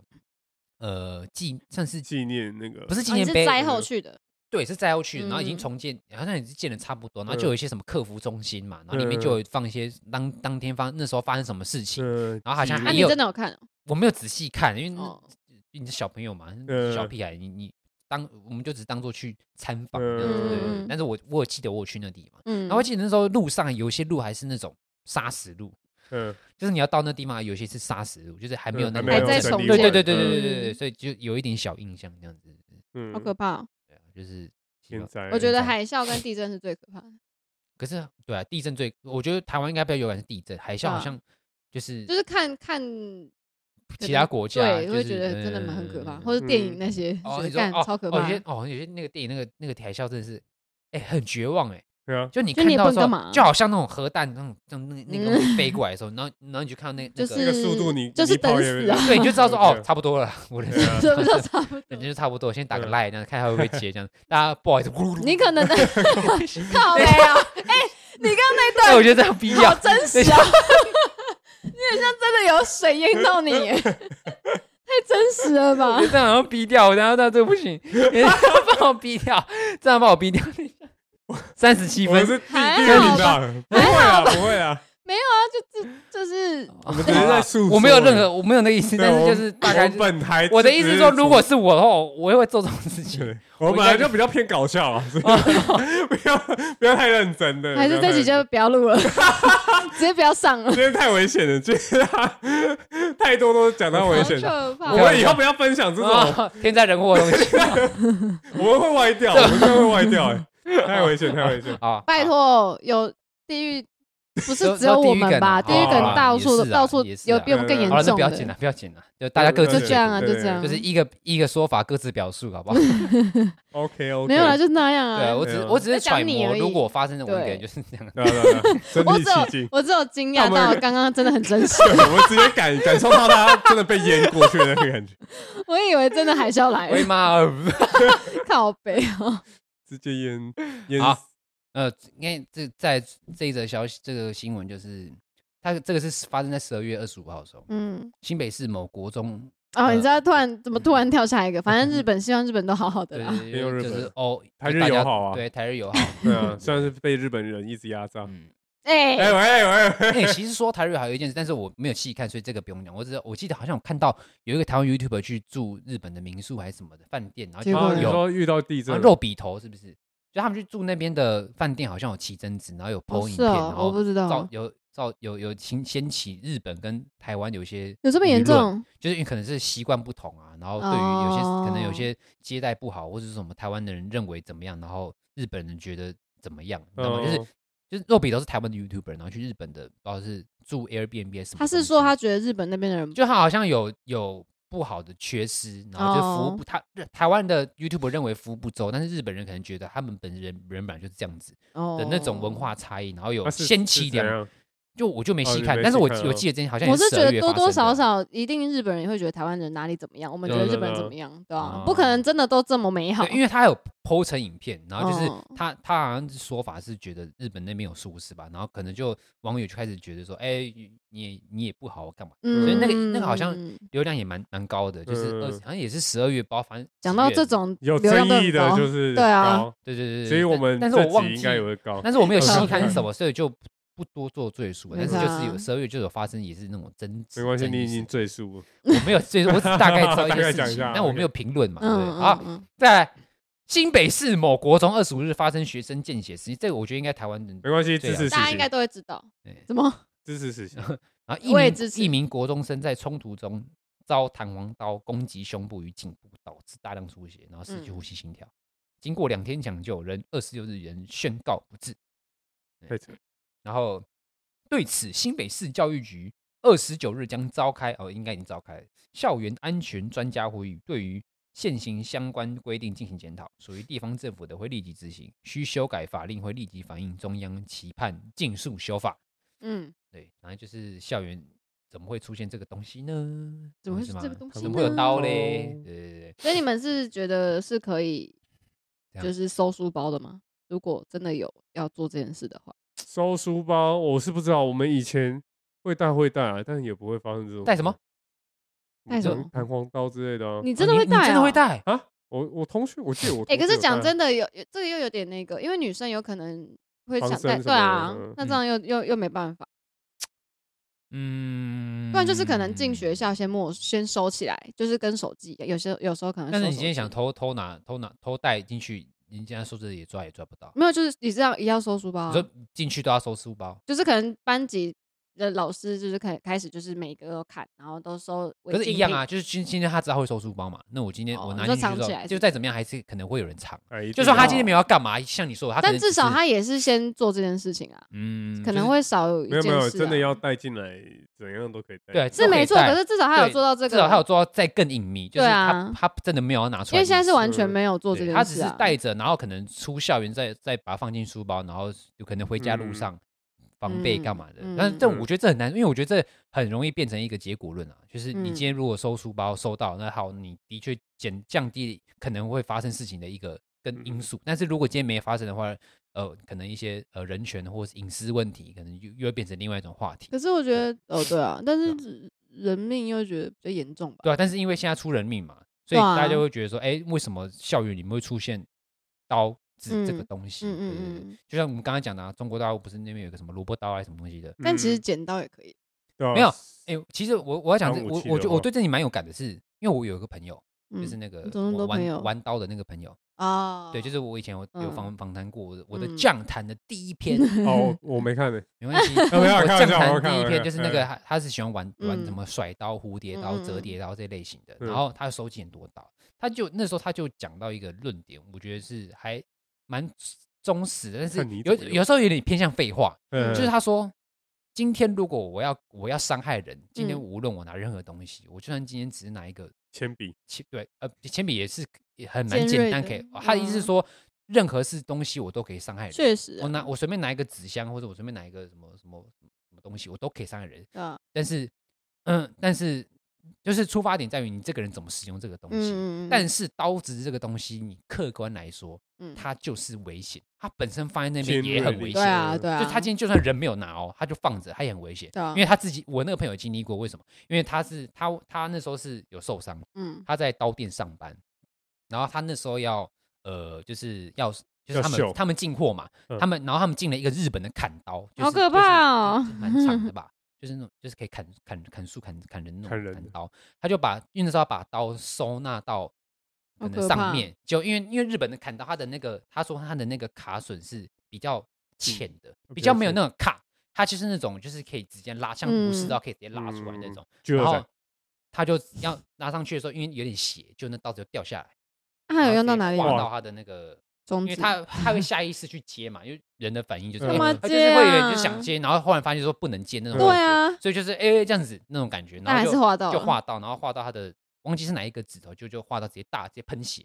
B: 呃纪算是
C: 纪念那个
B: 不是纪
A: 哦你
B: 念
A: 是
B: 碑，
A: 灾后去的，
B: 对，是灾后去，然后已经
A: 嗯
B: 重建，好像也是建的差不多，然
C: 嗯
B: 后就有一些什么客服中心嘛，然后里面
A: 嗯
B: 就有放一些当当天发那时候发生什么事情，
C: 嗯，
B: 然后好像
C: 纪
A: 啊，
B: 还
A: 你
B: 有
A: 真的有看哦
B: 我没有仔细看，因为那
A: 哦？
B: 你是小朋友嘛，
C: 嗯
B: 小屁孩，你你当我们就只当做去参访
C: 嗯
B: 这样子，对对对
A: 嗯
B: 但是我我有记得我有去那地方，
A: 嗯，
B: 然后我记得那时候路上有一些路还是那种砂石路，
C: 嗯
B: 就是你要到那地方有一些是砂石路，就是还没有
C: 嗯
B: 那个
C: 还没有
A: 还在
C: 整
A: 重
C: 理
B: 对对
C: 完
B: 对对对对对
A: 嗯
B: 对，所以就有一点小印象这样子，
C: 嗯，
A: 好可怕哦。
B: 对啊，就是希
C: 天
B: 望。
C: 灾，
A: 我觉得
B: 灾
A: 海啸跟地震是最可怕的，
B: 可是对啊，地震最，我觉得台湾应该比较有感是地震，海啸好
A: 嗯
B: 像就是
A: 就是看看可
B: 其他
A: 能
B: 国家
A: 对，
B: 就
A: 会
B: 是
A: 觉得真的蛮很可怕，
B: 嗯
A: 或者电影那些
B: 哦，
A: 觉
B: 你
A: 得
B: 说
A: 干
B: 哦，
A: 超可
B: 哦
A: 怕
B: 有，些哦，有些那个电影那个那个海啸真的是，哎，很绝望哎，
C: 对啊，
B: 就你
A: 就
B: 看
A: 你也
B: 到
A: 不
B: 的
A: 能
B: 时候
A: 干嘛
B: 就好像那种核弹那种那种那个那个东西飞过来的 时候，然后然后你就看到那
A: 就
B: 那
A: 是
B: 个，
C: 那个速度你
A: 就是
C: 你跑
A: 等
C: 也
A: 死啊
B: 对，你就 知道说哦
C: 对，
B: 差不多了， 我的
C: 对啊
A: 是不是 差不
B: 人
A: 多？
B: 家就差不多，先打个
C: 嗯
B: line 这样看他会不会接这样，大家不好意思，咕噜噜，
A: 你可能 靠没啊，哎，你刚刚那
B: 哎，
A: 段
B: 我觉得这样必
A: 好
B: 要，
A: 真实啊！你很像真的有水淹到你耶，太真实了吧
B: 我觉？得这样好像逼掉，然后到这个不 行， 你要帮我逼掉，这样帮我逼掉，三十七
C: 我们
B: 分
C: 是地
A: 还
C: 地
A: 好
C: 理的，不会啊，不会啊，
A: 就就是
B: 我
C: 们只是在诉说
B: 哦我没有任何，我没有那个意思，
C: 对
B: 但是
C: 我
B: 就是大概
C: 我
B: 就是
C: 本台
B: 我的意思是说，
C: 只从
B: 如果是我的话，我也会做这种事情。
C: 对我本来就比较偏搞笑啊，所以 不要不要太认真的，
A: 还是
C: 不
A: 这
C: 要太
A: 集就不要录了，直接不要上了。
C: 今天太危险了，今天 太多都讲到危
A: 好啊
C: 险的。
A: 可怕
C: 我！们以后不要分享这种，
B: 啊天灾人祸的东西
C: 我们会歪掉，我们真的会歪掉、哎， 太危险，太危险。
B: 啊！
A: 拜托，有地狱不
B: 说
A: 是只有我
B: 说地狱
A: 们
B: 梗啊
A: 吧？地狱梗
C: 哦
A: 到处
B: 也
A: 都
B: 是啊
A: 到处
B: 也是啊
A: 有比我们更严
B: 好了，那
A: 重
B: 不要紧
A: 的
B: 了，，不要紧了，就大家各
A: 就
B: 自
A: 这样啊，
C: 对
A: 就
C: 对
A: 这样，
B: 就是一个一个说法，各自表述，好不好？
C: OK OK，
A: 没有了，就那样
B: 对啊，
A: 啊。
B: 我只
C: 对啊
B: 我只是
A: 嗯在讲
B: 揣
A: 你
B: 摩，
A: 而已
B: 如果发生在我一个人，
A: 对
B: 就是这样。
C: 对啊对啊对啊 身
A: 我
C: 临
A: 只
C: 其
A: 有
C: 境，
A: 我只有惊
C: 那
A: 讶
C: 我们
A: 到刚刚真的很真实，
C: 对，我们直接感感受到他真的被淹过去的那个感觉，
A: 我以为真的海啸来
B: 喂
A: 了，
B: 妈，
A: 靠北啊！
C: 直接淹淹
B: 好
C: 死。
B: 呃，因为这在这一则消息，这个新闻就是它这个是发生在十二月二十五号的时候，
A: 嗯，
B: 新北市某国中，
A: 哦，
B: 呃
A: 你知道突然怎么突然跳下一个？反正日本，希望日本都好好的
B: 对
A: 啦。
B: 对
C: 没有
B: 对，
C: 日
B: 就是
C: 本
B: 哦，
C: 台
B: 就
C: 日
B: 大家
C: 友好啊
B: 对，台日友好，
C: 对啊，虽然是被日本人一直压 榨。
B: 嗯。
C: 哎
A: 哎，
C: 喂喂
B: 哎、其实说台日友好有一件事，但是我没有细看，所以这个不用讲。我只是我记得好像我看到有一个台湾 YouTuber 去住日本的民宿还是什么的饭店，然后就
A: 结
C: 喂，
A: 果
C: 啊，
A: 呢
C: 你
B: 有
C: 说遇到地
B: 啊
C: 震，
B: 肉笔头是不是？就他们去住那边的饭店，好像有起争执，然后有 PO
A: 哦
B: 影
A: 是
B: 片，
A: 哦
B: 然，
A: 我
B: 后
A: 不知
B: 造
A: 道，
B: 有造有有掀掀起日本跟台湾有一些
A: 有这么严
B: 舆论
A: 重？
B: 就是因为可能是习惯不同啊，然后对于有些、可能有
A: 哦
B: 些接待不好，或者是什么台湾的人认为怎么样，然后日本人觉得怎么样，你知道吗？就是
C: 嗯
B: 就是肉比都是台湾的 YouTuber，然后去日本的，不知道是住 Airbnb 还是什么东西。
A: 他是说他觉得日本那边的人
B: 就他好像有有不好的缺失，然后就服务
A: 哦
B: 不他台湾的 YouTube 认为服务不周，但是日本人可能觉得他们本人人本来就是这样子
A: 哦
B: 的那种文化差异，然后有
C: 啊是
B: 掀起
C: 是怎
B: 两，
C: 样
B: 就我就没
C: 哦
B: 细
C: 你
B: 看
C: 没，
B: 但是
C: 细
B: 我
C: 看
B: 我
C: 啊
B: 记得这件好像也
A: 我是
B: 12
A: 觉得
B: 月
A: 多
B: 发
A: 多
B: 生的啊
A: 少少一定日本人也会觉得台湾人哪里怎么样，我们觉得
C: 对
A: 日
C: 对
A: 本人
C: 对
A: 怎么样，对吧、啊
B: 哦
A: 不可能真的都这么美好，
B: 对，因为他有剖成影片，然后就是
A: 哦
B: 他、他好像是说法是觉得日本那边有疏失吧，然后可能就网友就开始觉得说，哎、你你也不好干嘛？
A: 嗯，
B: 所以那个那个好像
A: 嗯
B: 流量也蛮蛮高的，就是
C: 嗯
B: 二、好像也是十二月包，反正
A: 讲
B: 10
A: 到
B: 月
A: 这，种
C: 有
A: 流量
C: 争
A: 都很
C: 议的
A: 高
C: 就是
A: 对啊
C: 高，
B: 对对对对，
C: 所以我
B: 但
C: 们
B: 但是我
C: 这
B: 忘
C: 集
B: 记
C: 应该也会高。
B: 但是我没有
C: 嗯
B: 细看是什么，所以就不不多做赘述了。
A: 没啊
B: 但是就是
A: 差
B: 有十二月就有发生，也是那种争执。
C: 没关系，
B: 争议
C: 你已经
B: 事
C: 赘述了。
B: 我没有赘，我只是大概 知道一
C: 大
B: 些
C: 概
B: 事
C: 讲一
B: 情，
C: 下
B: 但我没
C: OK
B: 有评论嘛，对不对？
A: 嗯
B: 好，
A: 嗯
B: 再来，新北市某国中二十五日发生学生见血事件，这个我觉得应该台湾人
C: 没。关系，
B: 对啊
C: 支持
A: 嗯，
C: 死
A: 大家
C: 刑
A: 应，该都会知道
B: 对，
A: 怎么
C: 支持死 刑。
B: 然后一
A: 我也
B: 名
A: 支持
B: 一名国中生在冲突中遭弹簧刀攻击胸部与颈部，导致大量出血，然后失去
A: 嗯
B: 呼吸心跳。经过两天抢救，人二十六日人宣告不治。
C: 太扯了
B: 然后对此，新北市教育局二十九日将召开，哦，应该已经召开了校园安全专家会议，对于现行相关规定进行检讨，属于地方政府的会立即执行，需修改法令会立即反映中央，期盼尽速修法。
A: 嗯，
B: 对，然后就是校园怎么会出现这个东西呢？
A: 怎么会
B: 懂意思
A: 是
B: 吗
A: 这个东西
B: 怎么会有
A: 呢
B: 刀嘞？
C: 哦
B: 对对对，
A: 所以你们是觉得是可以
B: 这样
A: 就是收书包的吗？如果真的有要做这件事的话，
C: 收书包，我是不知道，我们以前会带会带啊，但也不会发生这种。
B: 带什么？
A: 带什么
C: 弹簧刀之类的啊。
A: 你
B: 哦你
A: 真的会带、哦嗯
B: 你真的会？带？
C: 啊，我我同学，我记得我同学
A: 哎、
C: 有带啊。
A: 可是讲真的，有有这个又有点那个，因为女生有可能会
C: 防
A: 想
C: 身
A: 带，对
C: 什么的
A: 啊
C: 嗯，
A: 那这样又又又没办法。
B: 嗯，
A: 不然就是可能进学校先没先收起来，就是跟手机一样，有些有时候可能。
B: 但是你今天想，偷偷拿、偷拿、偷带进去，人家说这也抓也抓不到。
A: 没有，就是你这样也要收书包
B: 你
A: 啊、
B: 说进去都要收书包，
A: 就是可能班级的老师就是开开始就是每个都看，然后都收违
B: 可
A: 禁
B: 是
A: 品。
B: 一样啊，就是今今天他知道会收书包嘛，那我今天
A: 哦
B: 我
A: 你
B: 拿
A: 说
B: 进去
A: 藏起
B: 之后，
A: 来哦
B: 就是再怎么样还是可能会有人藏。
C: 哎，一定
B: 就算他
C: 要
B: 今天没有要干嘛，像你说的，他可
A: 但
B: 能
A: 至
B: 只
A: 少
B: 是
A: 他也是先做这件事情啊，
B: 嗯，
A: 可
B: 就是
A: 能会少有一
C: 没
A: 件事、
C: 有没
A: 啊
C: 有真的要带进来，怎样都可以带。
B: 对
A: 是没错，可
B: 是
A: 是至少他有
B: 对
A: 做到这个，
B: 至少他有做到再更隐秘，就
A: 对
B: 是他
A: 啊
B: 他真的没有要拿
A: 因
B: 出来的
A: 为
B: 意思，
A: 现在是完
C: 是
A: 全没有做这件
B: 对
A: 事、啊，
B: 他只是带着，然后可能出校园再再把它放进书包，然后有可能回家路
C: 嗯
B: 上防备干嘛的。
A: 嗯
B: 但是这
C: 嗯
B: 我觉得这很难，因为我觉得这很容易变成一个结果论啊，就是你
A: 嗯
B: 今天如果收书包收到，那好，你的确减降低可能会发生事情的一个跟因
C: 嗯
B: 素。但是如果今天没发生的话，呃，可能一些呃人权或是隐私问题，可能又又会变成另外一种话题。
A: 可是我觉得，哦对啊，但
B: 是
A: 是人命又觉得比较严重吧。
B: 对啊，但是因为现在出人命嘛，所
A: 对
B: 以
A: 啊
B: 大家就会觉得说，哎、为什么校园里面会出现刀子这个
A: 嗯
B: 东西？
A: 嗯
B: 对对对
A: 嗯嗯，
B: 就像我们刚刚讲的、啊，中国大陆不是那边有一个什么萝卜刀还是啊什么东西的？
C: 嗯，
A: 但其实剪刀也可以。
C: 对啊
B: 没有哎、其实我我要讲这，
C: 当武
B: 我
C: 器
B: 我
C: 的
B: 觉得我
C: 话
B: 对这里蛮有感的是，因为我有一个朋友，
A: 嗯
B: 就是那个
A: 你怎么那么
B: 我
A: 多朋
B: 玩
A: 友
B: 玩刀的那个朋友，
A: 啊，
B: 对，就是我以前有有
A: 嗯
B: 访访谈过我的我的
A: 嗯
B: 酱坛的第 一篇，
C: 哦， 我没看呢。
B: 没关系，
C: 没有
B: 我
C: 开玩
B: 酱
C: 笑嗯我
B: 坛
C: 看
B: 第一
C: 我
B: 篇
C: 看
B: 就是那个他他是喜欢玩玩
A: 嗯
B: 什么甩刀、蝴蝶刀、
A: 嗯嗯
B: 折
A: 嗯
B: 叠刀这类型的，
C: 嗯
B: 然后他收集很多刀，他就那时候他就讲到一个论点，我觉得是还蛮忠实的，但是
C: 看你
B: 有
C: 怎么用
B: 有时候有点偏向废话，
C: 嗯，
B: 就是他说，今天如果我要我要伤害人，今天
A: 嗯
B: 无论我拿任何东西，我就算今天只是拿一个
C: 铅笔，
B: 铅，对，呃，铅笔也是也很
A: 尖
B: 蛮简
A: 锐
B: 单，
A: 的
B: 可以。他的意思是
A: 嗯
B: 说，任何是东西我都可以伤害人。
A: 确实啊，
B: 我拿我随便拿一个纸箱，或者我随便拿一个什么什么什么东西，我都可以伤害人。
A: 啊，
B: 但是，嗯，但是就是出发点在于你这个人怎么使用这个东西。
A: 嗯嗯嗯，
B: 但是刀子这个东西，你客观来说，
A: 嗯
B: 它就是危险，它本身放在那
C: 尖
B: 边也
C: 锐
B: 很
C: 的
B: 危
C: 东
A: 对
B: 险。
A: 啊对啊，
B: 就他今天就算人没有拿哦，他就放着，他也很危险。
A: 对啊
B: 因为他自己，我那个朋友经历过，为什么？因为他是他他那时候是有受伤，
A: 嗯
B: 他在刀店上班，然后他那时候要呃，就是要就是
C: 要
B: 他们
C: 秀
B: 他们进货嘛，
C: 嗯
B: 他们然后他们进了一个日本的砍刀，就是
A: 好可怕哦
B: 就是蛮 长的吧，就是那种就是可以砍砍砍树砍砍人那
C: 砍
B: 种
C: 人
B: 砍
C: 的
B: 刀，他就把因为那时候他把刀收纳到。可
A: 好
B: 能
A: 可
B: 上
A: 怕
B: 面就因为因为日本的砍刀，他的那个他说他的那个卡榫是比较浅的，比
C: 比
B: 较
C: 较
B: 没有
C: 浅
B: 那种卡，它就是那种就是可以直接拉，像武士
A: 嗯
B: 刀可以直接拉出来那种。
C: 巨
B: 然
C: 鳄
B: 后
C: 仔，
B: 他就要拉上去的时候，因为有点血，就那刀子就掉下来，
A: 那他
B: 然
A: 有
B: 后
A: 用
B: 直
A: 到
B: 接
A: 哪里
B: 划
A: 啊？
B: 到他的那个，
A: 中
B: 因
A: 指
B: 为他他会下意识去接嘛，因为人的反应就是
C: 干
B: 哎
C: 嘛
B: 他就
A: 接
B: 是会有点就
A: 啊
B: 想接，然后忽然发现说不能接那种，
A: 对，啊，
B: 所以就是哎这样子那种感觉，
A: 但
B: 然
A: 还
B: 后
A: 是
B: 就
A: 划到
B: 就
A: 了
B: 划到，然后划到他的忘记是哪一个指头，就就划到直接大直接喷血，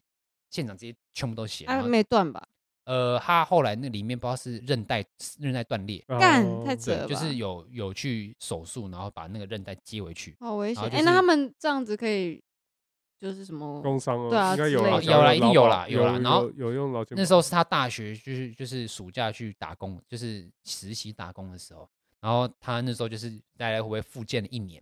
B: 现场直接全部都血，然
A: 啊，
B: 后
A: 没断吧？
B: 呃他后来那里面不知道是韧带韧带断裂，
A: 干
C: 哦
A: 太扯
B: 对，
A: 了
B: 就
A: 吧
B: 是有有去手术，然后把那个韧带接回去。
A: 好危
B: 然
A: 险！
B: 后
A: 哎、
B: 就
A: 那
B: 是
A: 他们这样子可以就是什么？
C: 工伤哦，
A: 对啊
C: 应该
A: 之
C: 有啦，
A: 类的
C: 小
B: 有啦
C: 劳
B: 一定有
C: 保
B: 啦有
C: 有
B: 啦然后
C: 有有用劳健保，
B: 那时候是他大学就是就是暑假去打工，就是实习打工的时候，然后他那时候就是来来回回复健了一年，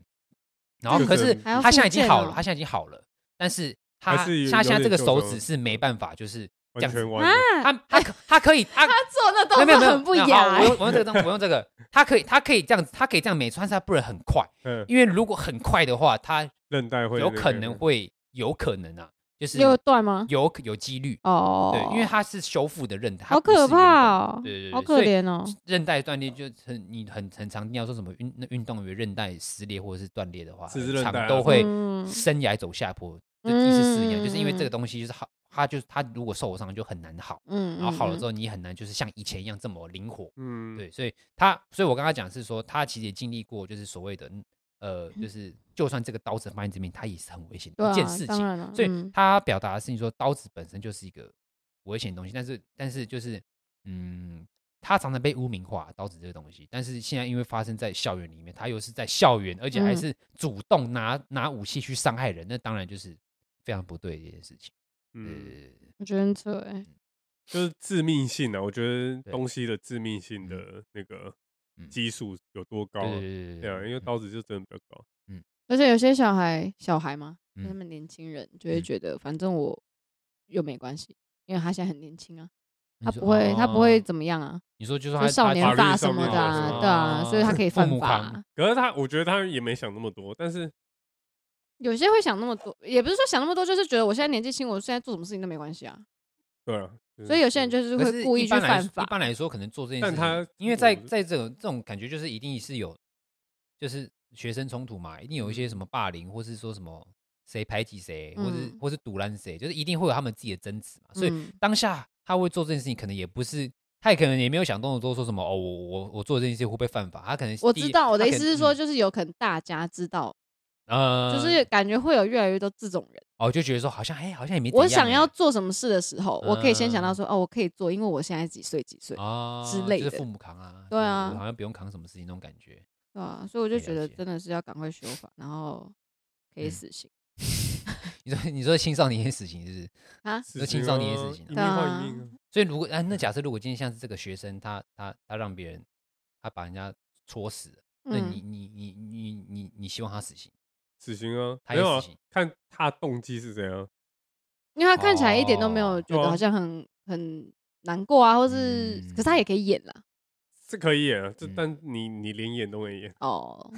B: 然后
C: 就
B: 可
C: 是
B: 是
A: 还要
B: 他现在已
A: 复
B: 经
A: 健
B: 好了，
A: 哦
B: 他现在已经好了，但是
C: 还
B: 他
C: 是有
B: 他现在这个
C: 有点受
B: 手
C: 伤
B: 指是没办法，就是这
C: 完
B: 样子
C: 全，完
A: 啊
C: 全，
B: 他他可他可以 他。
A: 他做那动
B: 没有没有
A: 作
B: 没有
A: 很不
B: 那好
A: 雅、
B: 我
A: 欸
B: 用，我用这个东西，我用这个，他可以他可以这样子，他可以这样没错，但是他不能很快，
C: 嗯，
B: 因为如果很快的话，他
C: 韧带会
B: 有
C: 那
B: 可
C: 个
B: 能会有可能啊，就是
A: 有断吗？
B: 有有几率，
A: 哦，
B: 对，因为它是修复的韧带，它
A: 好
B: 不是
A: 可
B: 原本
A: 怕哦，
B: 对对对
A: 好可怜哦。
B: 韧带断裂就很你很很常听到说什么运那运动员韧带撕裂或者是断裂的话，
C: 四肢
B: 很
C: 韧带
B: 常
C: 啊
B: 都会
A: 嗯
B: 生涯走下坡，就意思是一
A: 嗯
B: 样，就是因为这
A: 嗯
B: 个
A: 嗯
B: 东西就是好，它就是它如果受伤就很难好，
A: 嗯，
B: 然后好了
A: 嗯
B: 之后你很难就是像以前一样这么灵活，
C: 嗯，
B: 对，所以他，所以我刚刚讲是说，他其实也经历过，就是所谓的，呃， 就是就算这个刀子放在这边，它也是很危险
A: 对
B: 的一件
A: 啊
B: 事
A: 当
B: 情。
A: 然了
B: 所以
A: 嗯
B: 他表达的是，你说刀子本身就是一个危险的东西，但是但是就是，嗯，它常常被污名化，刀子这个东西。但是现在因为发生在校园里面，它又是在校园，而且还
A: 嗯
B: 是主动拿拿武器去伤害人，那当然就是非常不对的一件事情。
C: 嗯，
B: 呃，
A: 我觉得很扯哎、
B: 嗯
C: 就是致命性啊，我觉得
B: 对
C: 东西的致命性的那个
B: 嗯
C: 基数有多高
B: 对
C: 啊，
B: 对对对
C: 对啊，因为
B: 嗯
C: 刀子就真的比较高，
A: 而且有些小孩，小孩嘛，就
B: 嗯
A: 他们年轻人就会
B: 嗯
A: 觉得，反正我又没关系，因为他现在很年轻啊，
B: 你
A: 他
B: 说
A: 不会，他不会
B: 哦
A: 怎么样啊，
B: 你说就是
A: 就
B: 他
A: 少
B: 他
A: 年
C: 法律
A: 法
C: 上
A: 什么
C: 面
A: 的
C: 好
A: 啊，
C: 像
A: 对啊，所以他可以
B: 父
A: 犯
B: 母
A: 法
B: 扛
A: 啊。
C: 可是他我觉得他也没想那么多，但是
A: 有些会想那么多，也不是说想那么多，就是觉得我现在年纪轻，我现在做什么事情都没关系啊。
C: 对啊，就
A: 所以有些人就是
B: 嗯可
A: 会
B: 是
A: 故
B: 一
A: 意去
B: 般来
A: 犯
B: 说
A: 法
B: 一。般来说，可能做这件事
C: 但
B: 情，
C: 他
B: 因为在
C: 我
B: 在这种这种感觉，就是一定是有，就是学生冲突嘛，一定有
C: 嗯
B: 一些什么霸凌，或是说什么谁排挤谁，或是
A: 嗯
B: 或是堵拦谁，就是一定会有他们自己的争执嘛。所以
A: 嗯
B: 当下他会做这件事情，可能也不是。他也可能也没有想那么多，说什么哦，我我我做这件事情会不会犯法？他可能
A: 我
B: 第一
A: 知道我的
B: 他
A: 意
B: 可
A: 思
B: 能
A: 是说，
B: 嗯
A: 就是有可能大家知道，
B: 呃，
A: 就是感觉会有越来越多这种人。
B: 哦，就觉得说好像哎，好像也没怎
A: 我
B: 样嗯
A: 想要
B: 哎
A: 做什么事的时候，我可以先想到说，哦，我可以做，因为我现在几岁几岁，
B: 哦
A: 之类
B: 就是
A: 的
B: 父母扛啊，
A: 对
B: 就是
A: 啊
B: 我好像不用扛什么事情那种感觉。
A: 对啊，所以我就
B: 了
A: 觉得
B: 解
A: 真的是要赶快修法，然后可以
B: 嗯
A: 死刑。
B: 你说你说青少年死刑是不是？
C: 是
B: 青少年也是行啊
C: 一命换一命啊，
B: 所以如果哎、那假设如果今天像是这个学生，他他他让别人他把人家戳死了，那你
A: 嗯，
B: 你你你你你希望他死刑？
C: 死刑啊，
B: 他
C: 没
B: 也
C: 有啊
B: 死刑，
C: 看他动机是怎样，
A: 因为他看起来一点都没
B: 哦
A: 有觉
C: 对
A: 得
C: 啊
A: 好像很很难过啊，或是
B: 嗯
A: 可是他也可以演啦。
C: 是可以演啊，这
B: 嗯
C: 但你你连演都没演，
A: 哦，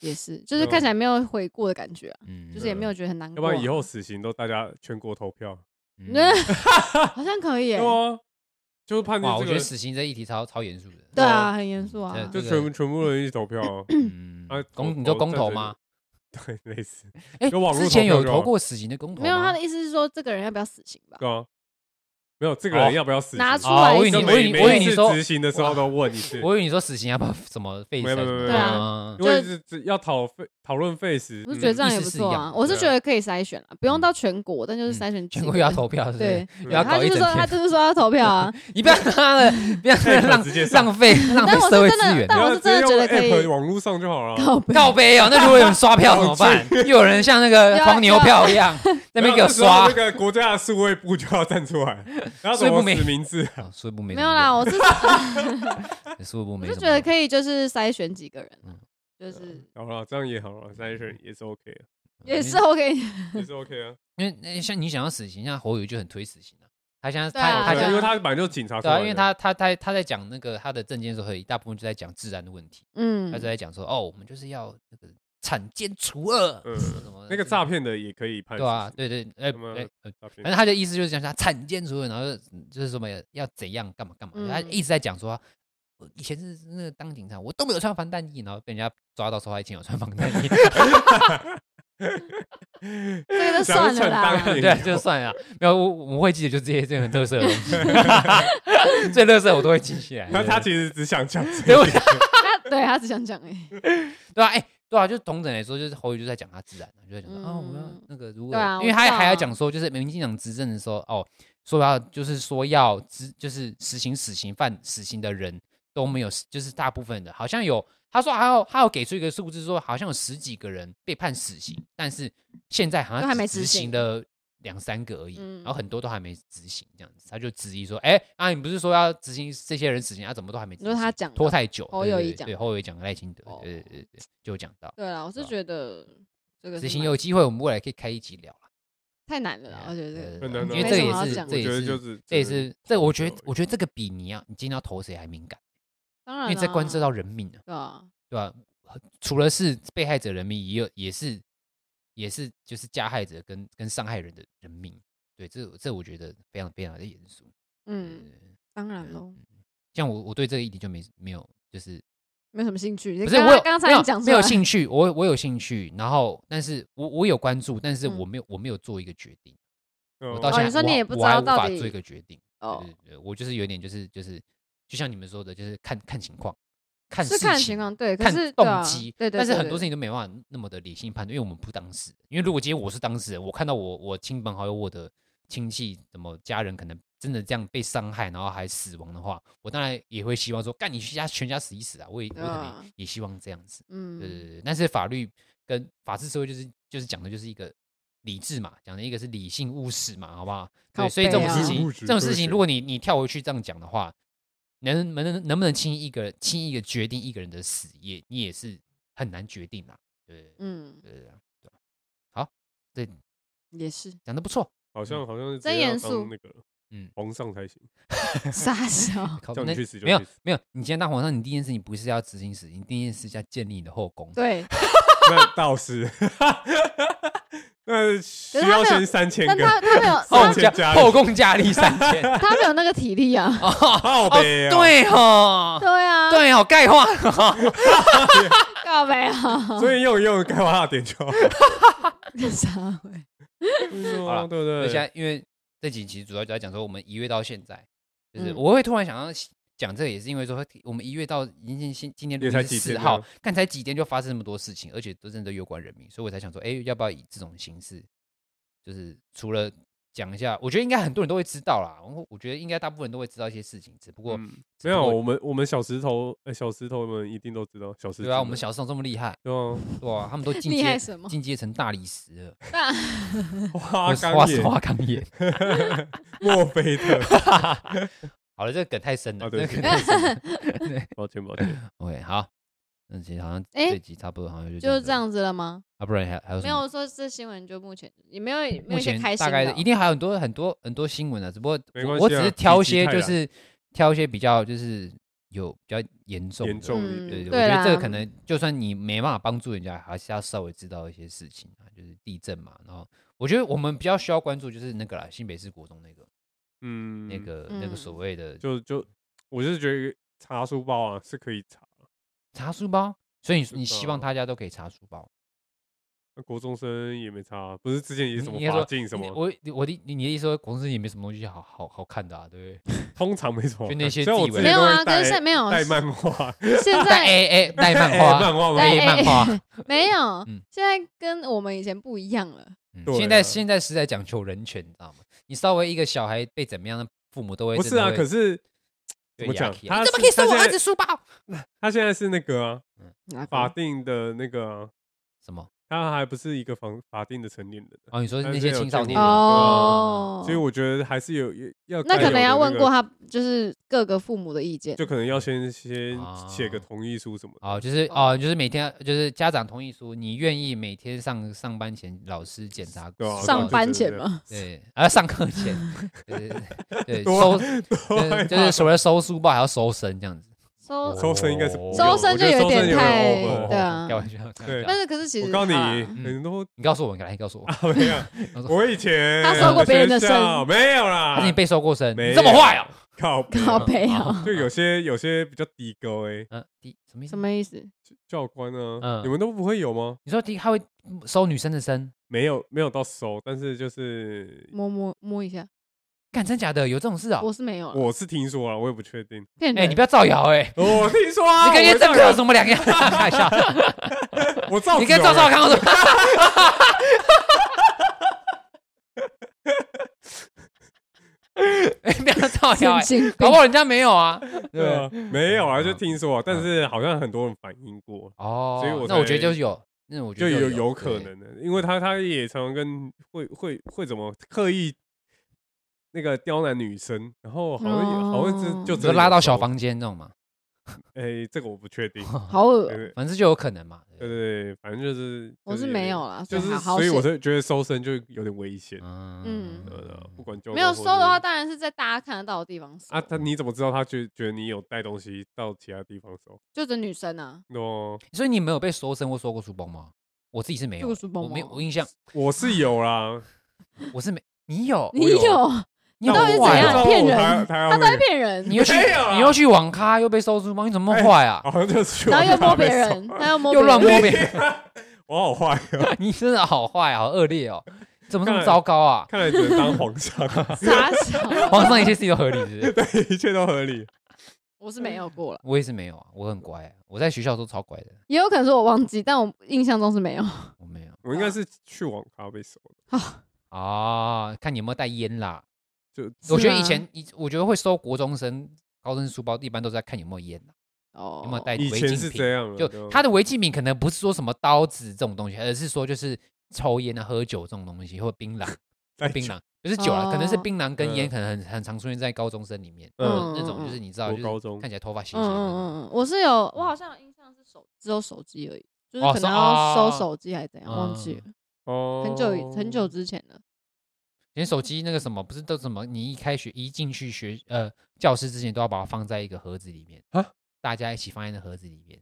A: 也是，就是看起来没有悔过的感觉啊，
B: 哦嗯，
A: 就是也没有觉得很难
C: 要
A: 过
C: 不
A: 啊。
C: 然以后死刑都大家全国投票，
E: 嗯
A: 好像可以耶
C: 对。啊，
B: 哦
C: 就是判定
B: 哇，我
C: 这
B: 觉得
C: 个，
B: 死刑这议题超超严肃 的。
A: 对啊，很严肃啊。
B: 嗯
C: 就
B: 这个
C: 全部全部人一起投票啊，
E: 嗯
C: 啊
B: 公你说公投吗？？
C: 对，类似，
B: 哎，
C: 有网络
B: 之前
C: 投票
B: 有
C: 就
B: 投
C: 好
B: 过死刑的公投吗？
A: 没有，啊他的意思是说这个人要不要死刑吧？
C: 对啊，没有这个人
B: 哦
C: 要不要死刑？
A: 拿出
B: 哦，
A: 来
B: 我以为
A: 是
B: 你，
A: 吗
B: 我以
C: 每
B: 为你我以为
C: 每
B: 你
C: 一次
B: 说，
C: 执行的时候都问一次，
B: 我以为你说死刑要不要什么废死
C: 没有
B: 还是
C: 没有
B: 什么？
A: 没有没有
B: 嗯
C: 因为是只要讨费讨论费时，
A: 啊
C: 嗯
A: 我是觉得这样也不错
B: 意思是一
A: 啊
B: 样，
A: 我是
C: 对啊
A: 觉得可以筛选了，不用到全国，但就是筛选几
B: 嗯全
A: 个
B: 国又要
A: 人
B: 投票，是不是
A: 对？
B: 又
C: 啊
B: 要
A: 他
B: 搞一
A: 就是
B: 整
A: 说，他
B: 天。
A: 就是说要投票 啊。
B: 你不要他的，不要
C: App
B: 浪
C: 直接上
B: 浪费浪
A: 但
B: 费
A: 我是
B: 社会
A: 真的
B: 资源。啊
A: 但我是真的觉得可以
C: 然后直接用 app 网络上就好了。
A: 靠背
B: 告杯哦，那如果有人刷 票怎么办？又有人像那个
A: 要
B: 黄牛票一样，在那边给
C: 然
B: 我
C: 后
B: 刷
C: 这时候，那个国家的数位部就要站出 来，然后
B: 所
C: 怎
B: 以不
C: 么
B: 明
C: 实名制？
B: 哦所以不没
A: 没有啦，，我是我
B: 所哎以不
A: 是
B: 没什么用，嗯
A: 觉得可以，就是筛选几个人啊，就是
C: 好了，这样也好了，筛选也是 OK 的，
A: 也是 OK。
C: 也是 OK 啊。
B: 因为那像你想要死刑，像侯友宜就很推死刑啊，他现在
A: 对啊
B: 他他
C: 对啊
B: 现在
C: 因为他本来就是警察出
B: 对
C: 来
B: 啊，
C: 的，
B: 因为他他他他在讲那个他的证件的时候，有一大部分就在讲治安的问题，他
A: 嗯
B: 就，在讲说哦，我们就是要那个铲奸除恶，
C: 嗯
B: 什么什么
C: 那个诈骗的也可以判死
B: 对啊
C: 刑，，
B: 对对，哎
C: 什么
B: 哎呃
C: 诈骗
B: 反正他的意思就是讲他铲奸除恶，然后就是什么要怎样干嘛干嘛，
A: 嗯
B: 他一直在讲说。我以前是那个当警察，我都没有穿防弹衣，然后被人家抓到说他以前有穿防弹 衣，
A: 这个就
C: 想
A: 算了
C: 要逞
A: 啦。
C: 当
B: 对，就算了。没有，我我会记得就这些这种很特色的东西， 最特色我都会记起来。
C: 那 他
B: 对
C: 其实只想讲这
B: 对我
C: 个，
A: 他 对他只想讲哎，
B: 对啊，哎、对啊，就是同等来说，就是侯友宜就在讲他自然，就在讲说、啊，我要
A: 嗯
B: 那个如果，
A: 对啊
B: 因为
A: 我
B: 他
A: 知道
B: 还要
A: 啊
B: 讲说，就是民进党执政的时候，哦，说要就是说要执就是实行死刑犯死刑的人都没有，就是大部分的，好像有他说还有还有给出一个数字说，好像有十几个人被判死刑，但是现在好
A: 都
B: 像
A: 还没
B: 只
A: 执
B: 执行
A: 行
B: 的两三个而已，
A: 嗯
B: 然后很多都还没执行，这样子，他就质疑说，哎、啊，你不是说要执行这些人死刑，啊，怎么都还没执
A: 你
B: 行？
A: 说他讲的
B: 拖太久，
A: 侯
B: 对
A: 友
B: 对
A: 宜
B: 对
A: 讲
B: 对侯友宜讲赖清德，
A: 哦
B: 对对对对，就有讲到。
A: 对啦，我是觉得这个
B: 啊执
A: 是
B: 行
A: 蛮
B: 有机会，我们未来可以开一集聊啦
A: 太难了啦，我觉得这
B: 对
A: 个
B: 啊对
C: 很难
B: 对
C: 的
B: 因为这个
A: 没什么好
B: 也是，
A: 讲
B: 这
A: 的
B: 也
C: 我觉得
B: 是，
C: 就是
B: 这也是，这我觉得，我觉
C: 得
B: 得这个比你要你今天要投谁还敏感，
A: 当
B: 因
A: 然
B: 为这
A: 啦
B: 关涉到人命啊，
A: 对啊，
B: 对吧？除了是被害者人命，也有也是也是就是加害者跟跟伤害人的人命，对，这这我觉得非常非常的严肃。
A: 嗯，
B: 对，啊
A: 当然喽，
B: 像我我对这个议题就没没有就是
A: 没什么兴趣。你
B: 不是
A: 刚
B: 我有
A: 刚
B: 没
A: 才
B: 有
A: 讲出
B: 没有
A: 来，
B: 兴趣，我我有兴趣，然后但是我我有关注，但是
A: 嗯
B: 我没有我没有做一个决定，我
C: 我
B: 到
A: 哦
B: 现
A: 你
B: 在
A: 说
B: 我
A: 你
B: 还
A: 也不
B: 我还
A: 知道到
B: 无法
A: 底
B: 做一个决定，
A: 哦
B: 对，对对，我就是有点就是就是，就像你们说的，就是看看情况，看
A: 是
B: 事
A: 看
B: 情
A: 情况，对，可
B: 看
A: 是对啊
B: 动机，
A: 对对，
B: 但是
A: 对
B: 很
A: 对
B: 多事情都没办法那么的理性判断，因为我们不当事人。因为如果今天我是当事人，我看到我我亲朋好友、我的亲戚、什么家人，可能真的这样被伤害，然后还死亡的话，我当然也会希望说，干你全家全家死一死啊！我也我可能
A: 啊
B: 也希望这样子，对对
A: 嗯，
B: 对。但是法律跟法治社会就是就是讲的就是一个理智嘛，讲的一个是理性务实嘛，好不好？对，
A: 靠
B: 所以这种
A: 背啊
B: 事情，
C: 物质
B: 这种事
C: 科
B: 情，
C: 学
B: 如果你你跳回去这样讲的话，能能能不能轻易一个轻易一个决定一个人的死，也你也是很难决定啦。对
A: 嗯，
B: 对对啊对啊，好，对，
A: 也是
B: 讲的不错。
C: 好像好像是直
A: 真
C: 接要
A: 严肃
C: 当那个
B: 嗯
C: 皇上才行，
A: 傻笑。
B: 靠
C: 哦叫
B: 那
C: 你去死就
B: 没有
C: 去死
B: 没有，你今天当皇上，你第一件事情不是要执行死刑，第一件事是要建立你的后宫。
A: 对，
C: 那倒是， 那需
A: 他没
C: 要
A: 有
C: 先三千
A: 但
C: 个，
A: 他他 没有他
C: 上千
B: 后宫佳
C: 佳丽
B: 后宫 佳丽三千
A: 他没有那个体力啊，
C: 好
B: 哦，
C: 呗，
B: 对哦，
A: 对啊，
B: 对哦，钙化哦，
A: 告白啊，
C: 所以用一用该花的 点就好，
A: 啥鬼？
C: 是吗
B: 好啦
C: 对不对？
B: 而且在因为这几集主要就在讲说我们一月到现在，就是
A: 嗯
B: 我会突然想要讲这个，也是因为说我们一月到已经今今天录
C: 也
B: 音
C: 才
B: 是
C: 几
B: 四
C: 天啊
B: 号，看才几天就发生那么多事情，而且都真的攸关人民，所以我才想说，哎、要不要以这种形式，就是除了讲一下，我觉得应该很多人都会知道啦，我我觉得应该大部分人都会知道一些事情，只不过、
C: 嗯
B: 只
C: 没
B: 不
C: 有，
B: 过
C: 我们我们小石头，呃小石头们一定都知道，小石
B: 对啊，
C: 头
B: 我们小时候这么厉害，
C: 对啊，
B: 对啊，他 们都进
A: 厉害
B: 阶
A: 什么？
B: 进阶成大理石了，
A: 大
C: 啊花
B: 我是
C: 岗
B: 花 石
C: 岩、
B: 花岗岩。
C: 墨菲 特，
B: 好了，这个梗太深了，
C: 啊
B: 这个
C: 对
B: 梗太深了。
C: 抱歉 抱歉，
B: OK，好，那其实好像
A: 诶
B: 这集差不多，好像就
A: 就是
B: 子
A: 这样子了吗？
B: 啊，不然还还有什
A: 没
B: 么？
A: 有说这新闻就目前也没有没
B: 目
A: 有一些
B: 前
A: 开心
B: 大概
A: 的
B: 的
A: 哦，
B: 一定还有很多很多很多新闻啊，只不过
C: 没
B: 我
C: 关
B: 我
C: 系
B: 只
C: 啊
B: 是挑一
C: 一集
B: 些
C: 太
B: 就
C: 难
B: 是挑一些比较就是有比较严重的
C: 严重一点。
B: 对，
A: 嗯对
B: 我觉得这
A: 啦
B: 个可能就算你没办法帮助人家，还是要稍微知道一些事情啊，就是地震嘛。然后我觉得我们比较需要关注就是那个啦，新北市国中那个、
C: 嗯，
B: 那个那个
A: 嗯
B: 所谓的
C: 就就我就是觉得查书包啊是可以查，
B: 查书包，所以你你
C: 是
B: 希望
C: 的
B: 大家都可以查书包，
C: 那国中生也没查，不是之前也是什么
B: 你应该
C: 法
B: 说
A: 嗯
C: 禁什
B: 你
C: 么，
B: 我我的你的意思说国中生也没什么东西好好好看的啊，对不对？
C: 通常没什么好
B: 就
C: 看。
B: 那些
C: 虽然我
B: 地
C: 之
B: 位
A: 没
C: 前
A: 有
C: 都会
A: 啊，但是
C: 带
A: 没有
C: 带漫画，
A: 现
B: 带
A: 在
B: A A 带 漫
C: 哎
B: 画，
C: 漫画
A: 带
C: 漫
B: 带漫画，
A: 哎没有
B: 嗯，
A: 现在跟我们以前不一样了。
B: 嗯
C: 对
B: 现在
C: 啊
B: 现在是在讲求人权，你知道吗？你稍微一个小孩被怎么样的父母都会
C: 不是啊，可
B: 是
C: 是怎
B: 对
C: 么
B: 雅
C: 讲？
B: 琪啊
C: 他
B: 你怎么
C: 是
B: 可以收
C: 他
B: 我
C: 现
B: 儿
C: 在
B: 子书包？
C: 他现在是那个啊
A: 哪
C: 法
B: 嗯
A: 个
C: 定的那个啊，
B: 什么？
C: 他还不是一个法法定的成年人啊，
B: 哦，你说是
C: 但
B: 那
C: 是
B: 些
C: 有
B: 青少
C: 见
B: 年
C: 过
B: 啊
A: 哦，
C: 所以我觉得还是有也要
A: 那
C: 该
A: 可能
C: 有
A: 要
C: 的
A: 问
C: 那
A: 过
C: 个，
A: 他，就是各个父母的意见。
C: 就可能要先先
B: 啊
C: 写个同意书什么的。
B: 哦，就是哦，就是每天就是家长同意书，你愿意每天上上班前老师检查
C: 对啊
B: 报
A: 上
B: 告
A: 班
C: 对对
A: 前
C: 对
A: 嘛，
B: 对，啊上课前 对对对
C: 多
B: 收
C: 多
B: 就是
C: 害
B: 就
C: 怕
B: 是所谓收书包还要收身这样子，
A: 收
C: 抽身应该是不
B: 哦
A: 收
C: 用
A: 身
C: 我
A: 就
C: 觉得
A: 有
C: 抽身
A: 点太
C: over
A: 对啊
B: 开。玩笑，开玩
C: 对啊
B: 笑
A: 但是可是其实
C: 我告诉你，
A: 好啦
C: 很多
B: 你告诉我，你来告诉我，
C: 没有
B: 他说，
C: 我以前
A: 他收过别人的
C: 学校
A: 身
C: 没有
B: 还
C: 啦
B: 啊是你，被收过身？
C: 没
B: 你这么坏哦？
C: 靠背
A: 靠背哦，
B: 啊
C: 就有些有些比较低沟哎，
B: 嗯，第什么意思
A: 什？么意思？
C: 教官啊，
B: 嗯
C: 你们都不会有吗？
B: 你说第他会收女生的身？
C: 没有没有到收，但是就是
A: 摸摸摸一下，
B: 干真假的？有这种事啊？
A: 我是没有啊，
C: 我是听说啊，我也不确定。
A: 骗
B: 哎，
A: 人
B: 你不。要造谣哎！
C: 我听说啊，
B: 你跟
C: 我
B: 叶正
C: 造
B: 克有
C: 谣
B: 什么两样？ 开 玩笑，
C: 我造
B: 你跟
C: 谣
B: 赵少
C: 欸
B: 康有什么？ 哎不要造
A: 神
B: 谣哎！
A: 经
B: 搞
A: 病
B: 不好人家没有啊。
C: 对啊，没有啊，就
B: 嗯
C: 听说啊，但是好像很多人反映过，
B: 哦，
C: 所以我
B: 那我
C: 才
B: 觉得就是有，那我觉
C: 就
B: 得
C: 有
B: 有
C: 有可。能的，因为他他也常常跟会会会怎么刻意那个刁难女生，然后好像也好像
A: 哦
C: 是就
B: 对
C: 真
B: 只
C: 的有
B: 是拉到小
C: 收，
B: 房间那种嘛，
C: 哎，这个我不 确定，
A: 好恶
C: 对
A: 哦，
C: 对
B: 反正就有可能嘛。
C: 对对，反正就是
A: 我
C: 就是
A: 没有，啦，
C: 就
A: 所以
C: 是
A: 好好
C: 所以我
A: 险
C: 是觉得收身就有点危险，
B: 嗯
C: 对啊的，不管教
A: 没有
C: 官或
A: 收
C: 者
A: 的话，
C: 是
A: 当然是在大家看得到的地方收
C: 啊，，他你怎么知道他觉觉得你有带东西到其他地方收？
A: 就只女生啊，
C: 哦，
B: 所以你没有被收身或收过书包吗？我自己是没
A: 收
B: 有欸，
A: 过书包
B: 我没有，
A: 吗
B: 我印象
C: 我是有啦，
B: 我是没，你有，
A: 你
B: 我
A: 有
B: 啊，你
A: 到底
B: 很
A: 是
B: 坏
A: 怎
B: 啊
A: 样骗人
C: 他
A: 他都在骗人
B: 你，又去
C: 没有啊哎
B: 你又去网咖又被收书包，你怎么那么坏啊？
C: 好像就是
A: 然后又
C: 我
A: 摸
C: 妈被
A: 别
C: 收
A: 人，他又
C: 哦
A: 摸
B: 又
A: 别
B: 乱
A: 人
B: 摸别人，
C: 我好坏哦，
B: 你真的好坏，好恶劣哦！怎么这么
C: 看
B: 糟糕 啊？
C: 看来只能当皇上，
A: 傻笑，
B: 皇上一切事情都合理是不是
C: 对，一切都合理。
A: 我是没有过了，
B: 我也是没有啊，我很乖啊，我在学校都超乖的，
A: 也有可能是我忘记，但我印象中是没有。
B: 我没有
C: 我应该是去网咖被收的，
B: 啊。看你有没有带烟啦。
C: 就是啊
B: 我觉得
A: 吗
B: 以前，以我觉得会收国中生、高中生书包，一般都是在看有没有烟啊，
A: 哦
B: 有没有带违
C: 以前是
B: 禁
C: 这
B: 品。
C: 样啊，
B: 就他的违禁品可能不是说什么刀子这种东西，而是说就是抽烟啊、喝酒这种东西，或槟 榔、
C: 带
B: 槟榔，不是酒了，啊可能是
A: 哦
B: 槟榔跟烟，
C: 哎嗯
B: 可能很很常出现在高中生里面。
C: 嗯，
A: 嗯
B: 那种就是你知道，
C: 我
B: 就是
C: 高中
B: 看起来头发稀稀
A: 嗯嗯
B: 的那种。
A: 嗯嗯，我是有，我好像有印象是手只有手机而已，就是
B: 哦
A: 可
B: 手嗯
A: 能要
B: 哦
A: 收手机还是怎样，忘记了，
C: 哦
A: 嗯很久以很久之前了。
B: 连手机那个什么，不是都什么？你一开学一进去学呃教室之前，都要把它放在一个盒子里面
C: 啊
B: 大家一起放在那盒子里面。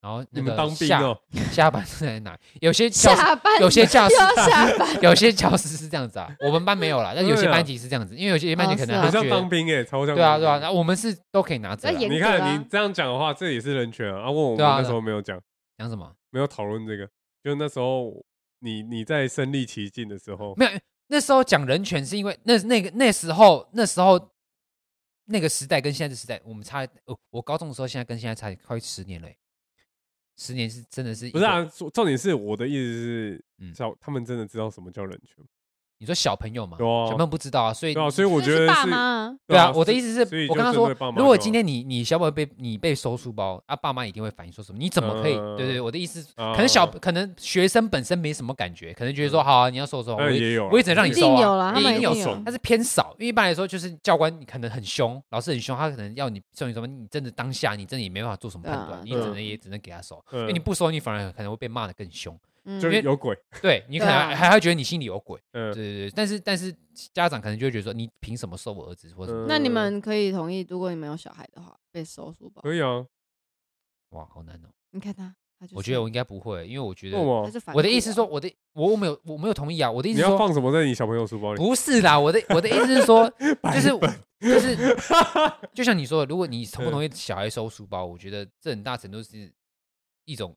B: 然后
C: 你
B: 那
C: 们
B: 个
C: 当兵
B: 下
C: 哦，
B: 下班是在哪？有些教室
A: 下班
B: 有些教室
A: 又 要下班，
B: 有些教室是这样子啊，我们班没有啦，但有些
C: 对啊
B: 班级是这样子，因为有些班级
A: 哦
B: 可
A: 是
B: 能
A: 啊
B: 他
C: 很
B: 觉
C: 像当
B: 得
C: 兵哎，超像
B: 对啊
C: 当
B: 对啊，
C: 兵
B: 然后我们是都可以拿着
A: 在
B: 啦。
A: 演
C: 你
A: 严格啊
C: 看你这样讲的话，这也是人权啊。啊，问我们
B: 对啊
C: 那时候没有讲，
B: 讲什么？
C: 没有讨论这个，就那时候你你在身历其境的时候，
B: 没有，那时候讲人权是因为那那个那时候那时候那个时代跟现在的时代，我们差哦，我高中的时候，现在跟现在差快十年了欸，十年是真的是一
C: 不是
B: 个
C: 啊？重重点是我的意思是
B: 嗯，
C: 叫他们真的知道什么叫人权，
B: 你说小朋友嘛，
C: 对啊
B: 小朋友不知道啊，所以
C: 对啊，所以我
A: 这
C: 觉
A: 是
C: 得
A: 爸
C: 是
A: 妈啊
B: 对啊，我的意
C: 思，
B: 思是
C: 所以就
B: 我跟他
C: 针
B: 说
C: 对爸，妈
B: 如果
C: 就
B: 今天你你小朋友被你被收书包啊，爸妈一定会反应说什么？你怎么可以？对对，
C: 嗯
B: 我的意思，
C: 可
B: 可能小可能学生本身没什么感觉，可能觉得
C: 嗯
B: 说好啊，你要收收，
C: 当
B: 我
C: 然
B: 也
C: 也有啦，
B: 我一直让你
A: 一
B: 收
A: 定
B: 啊
A: 有啦，他
B: 一
A: 们
B: 定
A: 有
C: 有手
B: 但是偏少，因为一般来说就是教官你可能很凶，老师很凶，他可能要你收你什么，你真的当下你真的也没办法做什么判
A: 对
B: 断，
A: 啊
B: 你只
C: 对啊
B: 能也只能给他收，因
C: 嗯
B: 为你不收，你反而可能会被骂的更凶，
A: 嗯
C: 就
B: 因为
C: 有鬼，
B: 对你可能
A: 对啊
B: 还还会觉得你心里有鬼，
C: 嗯
B: 对，对对。但是但是
C: 嗯
B: 家长可能就会觉得说，你凭什么收我儿子或者什么？
A: 那你们可以同意，如果你们有小孩的话，被收书包。
C: 可以啊，
B: 哇，好难哦。
A: 你看他，他就
B: 我觉得
A: 是
B: 我应该不会，因为我觉
C: 为
B: 得
A: 他
C: 什么？
A: 是反
B: 我的
A: 骨
B: 意思
A: 啊
B: 是说，，我的我我没有我没有同意啊。我的意
C: 你
B: 思是
C: 要
B: 说
C: 放什么在你小朋友书包里？
B: 不是啦，我的我的意思是说，就
C: 白
B: 是
C: 本
B: 就是就像你说的，如果你
C: 嗯
B: 同不同意小孩收书包，我觉得这很大程度是一种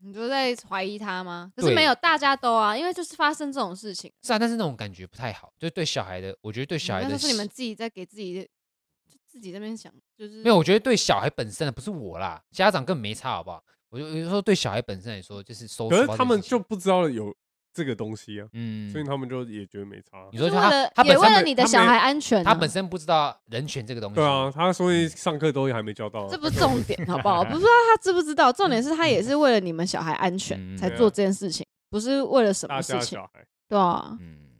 A: 你就在怀疑他吗？可是
B: 对
A: 没有，大家都啊，因为就是发生这种事情，
B: 是啊，但是那种感觉不太好，就是对小孩的，我觉得对小孩
A: 嗯那
B: 的
A: 都是你
B: 心
A: 们自己在给自己的，就自己在那边想，就是
B: 没有，我觉得对小孩本身的不是我啦，家长根本没差，好不好？我就我就说对小孩本身来说，就是收
C: 可
B: 书
C: 是
B: 包
C: 他
B: 这件
C: 们
B: 事
C: 就
B: 情
C: 不知道有这个东西啊，
B: 嗯
C: 所以他们就也觉得没差。啊
B: 你
A: 就
B: 说
A: 是
B: 就
A: 为
B: 他
A: 了
B: 他
A: 也
B: 本
A: 为了
B: 身
A: 你的
C: 他
A: 小
C: 没
A: 孩安全啊，
B: 他本身不知道人权这个东西，嗯
C: 对啊，他说上课都还没教到啊，
A: 这不是重点，好不好？不是说他知不知道，重点是他
B: 嗯
A: 也是为了你们小孩安全
E: 嗯
A: 才
C: 对啊
A: 做这件事情，不是为了什
C: 大
A: 么
C: 家
A: 事情，
C: 小孩
A: 对啊。
E: 嗯，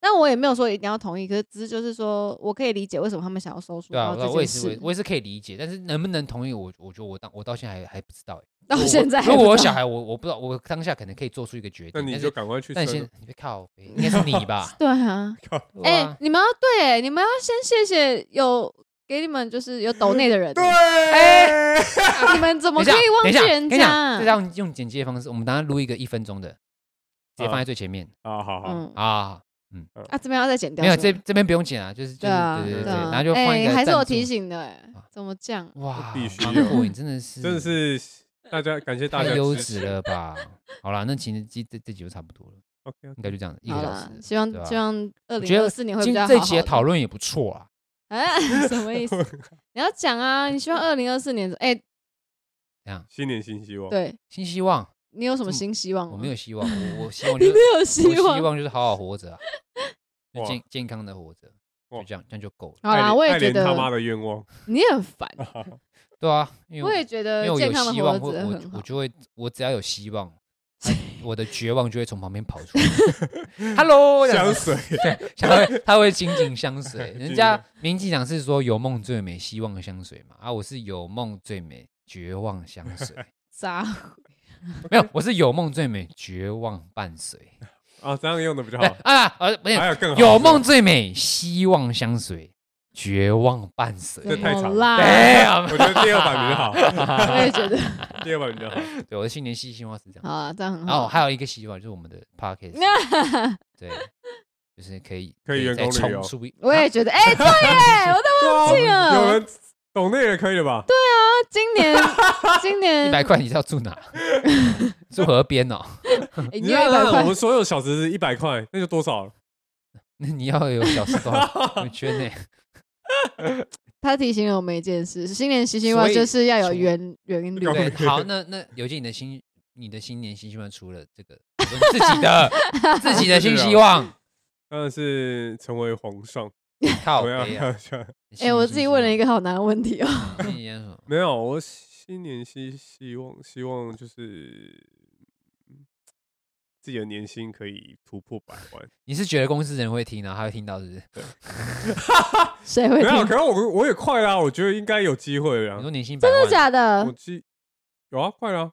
A: 但我也没有说一定要同意，可是只是就是说我可以理解为什么他们想要收书
B: 对啊，
A: 包
B: 我
A: 这
B: 我也
A: 件
B: 是我也
A: 事。
B: 我也是可以理解，但是能不能同意我，我觉得我当我到现在还还不知道欸。
A: 到
B: 如果
A: 现在还
B: 如
A: 不
B: 果我
A: 知道？
B: 小孩，我我不知道，我当下可能可以做出一个决定，
C: 那你
B: 但
C: 就是赶快去
B: 但
C: 设
B: 先
C: 个
B: 你别靠北，应该是你吧
A: 对啊，
B: 对
A: 哎、
B: 啊
A: 你们要对、你们要先谢谢有给你们就是有抖内的 人，
C: 对，
A: 你们怎么
B: 啊等一
A: 可
B: 下，
A: 以忘
B: 等一
A: 记
B: 下，
A: 人
B: 等一下，
A: 家
B: 这？样用简介的方式，我们等下录一个一分钟的，直接放在最前面
C: 啊， 好好，
A: 嗯，
B: 啊。
A: 啊，这边要再剪掉是
B: 没有，
A: 吗，
B: 这这边不用剪啊，就是
A: 对
B: 就是
A: 啊，
B: 对对对，
A: 啊
B: 然后就放一
A: 哎
B: 个
A: 还是
B: 赞
A: 我
B: 助
A: 提醒的，哎
B: 啊，
A: 怎么这样？
B: 哇，
C: 必须
B: 芒
C: 有
B: 果你真的是
C: 真的是大家感谢大
B: 太
C: 家的
B: 优
C: 支持
B: 质了吧？好啦，那其实这这这集就差不多了，
C: ，OK，
B: 应该就这样，一个
A: 好
B: 小
A: 了，
B: 时。
A: 希望
B: 对吧
A: 希望二
B: 觉
A: 零
B: 得
A: 二四年会比
B: 今
A: 较好。
B: 这集的讨，论也不错啊，
A: 哎， 什么 意思？你要讲啊，你希望二零二四年，哎，
C: 新年新希望，
A: 对
B: 新希望，
A: 你有什么
B: 这么
A: 新希望吗？
B: 哦我没有，希望，我我 希望
A: 你
B: 就是
A: 没有希
B: 我
A: 望
B: 希。望就是好好 活着啊，就
C: 哇
B: 健健康的活着，就
C: 哇
B: 这样这样就够了。
A: 好
C: 爱
A: 啦，
C: 莲
A: 我
C: 爱
A: 也觉
C: 莲
A: 得
C: 他妈的愿望，
A: 你很烦，
B: 对啊，因为
A: 我也觉得
B: 因为
A: 健
B: 我
A: 康的
B: 有希望，
A: 活
B: 我
A: 着
B: 我
A: 很
B: 我
A: 好。
B: 就会，我只要有 希望，啊我的绝望就会从旁边跑出来。Hello，这样
C: 香
B: 子
C: 水，
B: 他会他会紧紧 相随。人
C: 紧
B: 家民进党是说有梦最美，希望香水嘛，啊，我是有梦最美，绝望香 水。
A: 渣，
B: 没有，我是有梦最美，绝望伴随。
C: 啊，这样用的比较
B: 哎
C: 好，
B: 啊，呃，不是
C: 还有更好的
B: 有梦最美，希望相随，绝望 伴随。
C: 这
A: 怎
C: 太
A: 么
C: 长
A: 啦？
B: 哎呀
C: 啊 我，觉得第二版比较 好，
A: 我也觉得，
C: 第二版比较好，
B: 对，我的新年新希望是这样。
A: 好啊，这样很
B: 然后
A: 好。
B: 哦还有一个希望就是我们的 podcast，对，就是可以
C: 可以员
B: 再
C: 工旅游
B: 冲出一，
A: 我 也觉得，哎，对耶，我都忘记
C: 有
A: 了。
C: 人懂那也可以了吧？
A: 今 年，今
B: 一
A: 年
B: 百块，你知道住 哪？住河边哦。
A: 哎
C: 你
A: 你有一百
C: 看我
A: 块
C: 们，所有小时是一百块，那就多少了？
B: 那你要有小时 多少圈内？
A: 他提醒了我们一件事：新年新希望
B: 所以
A: 就是要有
B: 除
A: 圆圆流。
B: 对，好，那那尤其你的新你的新年新希望除了这个， 有你自 己的自己的新希望，
C: 当然是成为皇上，
B: 靠
C: 我要
B: 北啊！
A: 哎、我自己问了一
B: 个，
A: 个好难的问题哦、
B: 新年什么
C: 没有，我新年希希望希望就是嗯自己的年薪可以突破百万。
B: 你是觉得公司人会听，然后他会听到是不是？
A: 谁会
C: 没
A: 听？
C: 有，可
A: 真
C: 是我我也快啦，我觉得应该有机会
B: 你
C: 了
B: 说。年薪百万，
A: 的假
C: 我
A: 的？
C: 记有啊，快啦，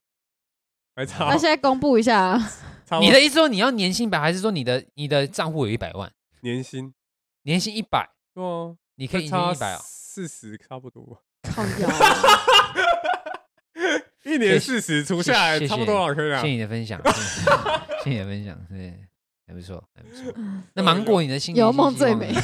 C: 还差
A: 那现在公布一下、啊，
C: 差不
B: 你
C: 多
B: 的意思说你要年薪百，还是说你的你的账户有一百万，
C: 年薪
B: 年薪一百，
C: 对啊，
B: 你可以年
C: 差
B: 薪一百哦？
C: 四十差不多吧，
A: 靠腰啊、
C: 一年四十除下来
B: 谢谢
C: 差不多啊了，可以
B: 谢
C: 啦
B: 谢。你的分享，谢谢你的分享，对，还不错，还不错。那芒果，你的新
A: 嗯
B: 年
A: 有梦
B: 新希望
A: 最美
B: 呢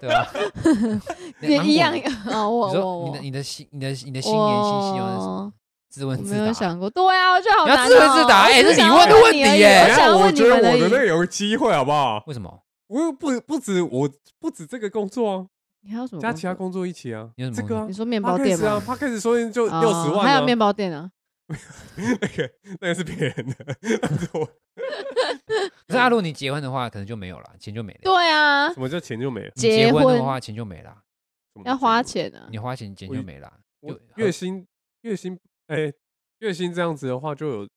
B: 对吧？对吧？ 那
A: 也
B: 哎芒
A: 一
B: 果
A: 样
B: 呢
A: 啊！我
B: 你
A: 我
B: 说你
A: 我
B: 的，你的新你的你的新年新希望是什
A: 我
B: 么自问
A: 我
B: 自
A: 没
B: 答，
A: 有想过，对啊，我觉得好
B: 你要
A: 难、哦
B: 自问自
A: 我
B: 答哎
A: 只
B: 这
A: 是
B: 是
A: 想
B: 你
A: 要
B: 问的问
A: 你
B: 题
A: 而已
B: 耶
A: 我
C: 等一
A: 想
C: 下
A: 要
C: 我
A: 问你
C: 觉
A: 们
C: 得我
A: 而
C: 的那
A: 已。
C: 有机会好不好？
B: 为什么？
C: 我又不不止我不止这个工作啊，
A: 你还有什么？
C: 加其他？工作一起啊
B: 你有，什
C: 这
B: 么
C: 个
B: 工
C: 啊
A: 你，说面包
C: 他
A: 店
C: 始啊
A: 吗？
C: 他开始说就
A: 哦
C: 六十万啊，
A: 还有面包店啊？
C: 那个 那个是别人的，那是我
B: 可是啊阿如果你结婚的话，可能就没有了，钱就没了。
A: 对啊，
C: 什么叫钱就没了？
B: 你结
A: 结
B: 婚的
A: 婚
B: 话，钱就没了，
C: 什么叫
A: 要花，钱啊
B: 你！花钱钱
C: 我
B: 就没了。
C: 我
B: 就
C: 月薪月薪哎，月薪这样子的话就有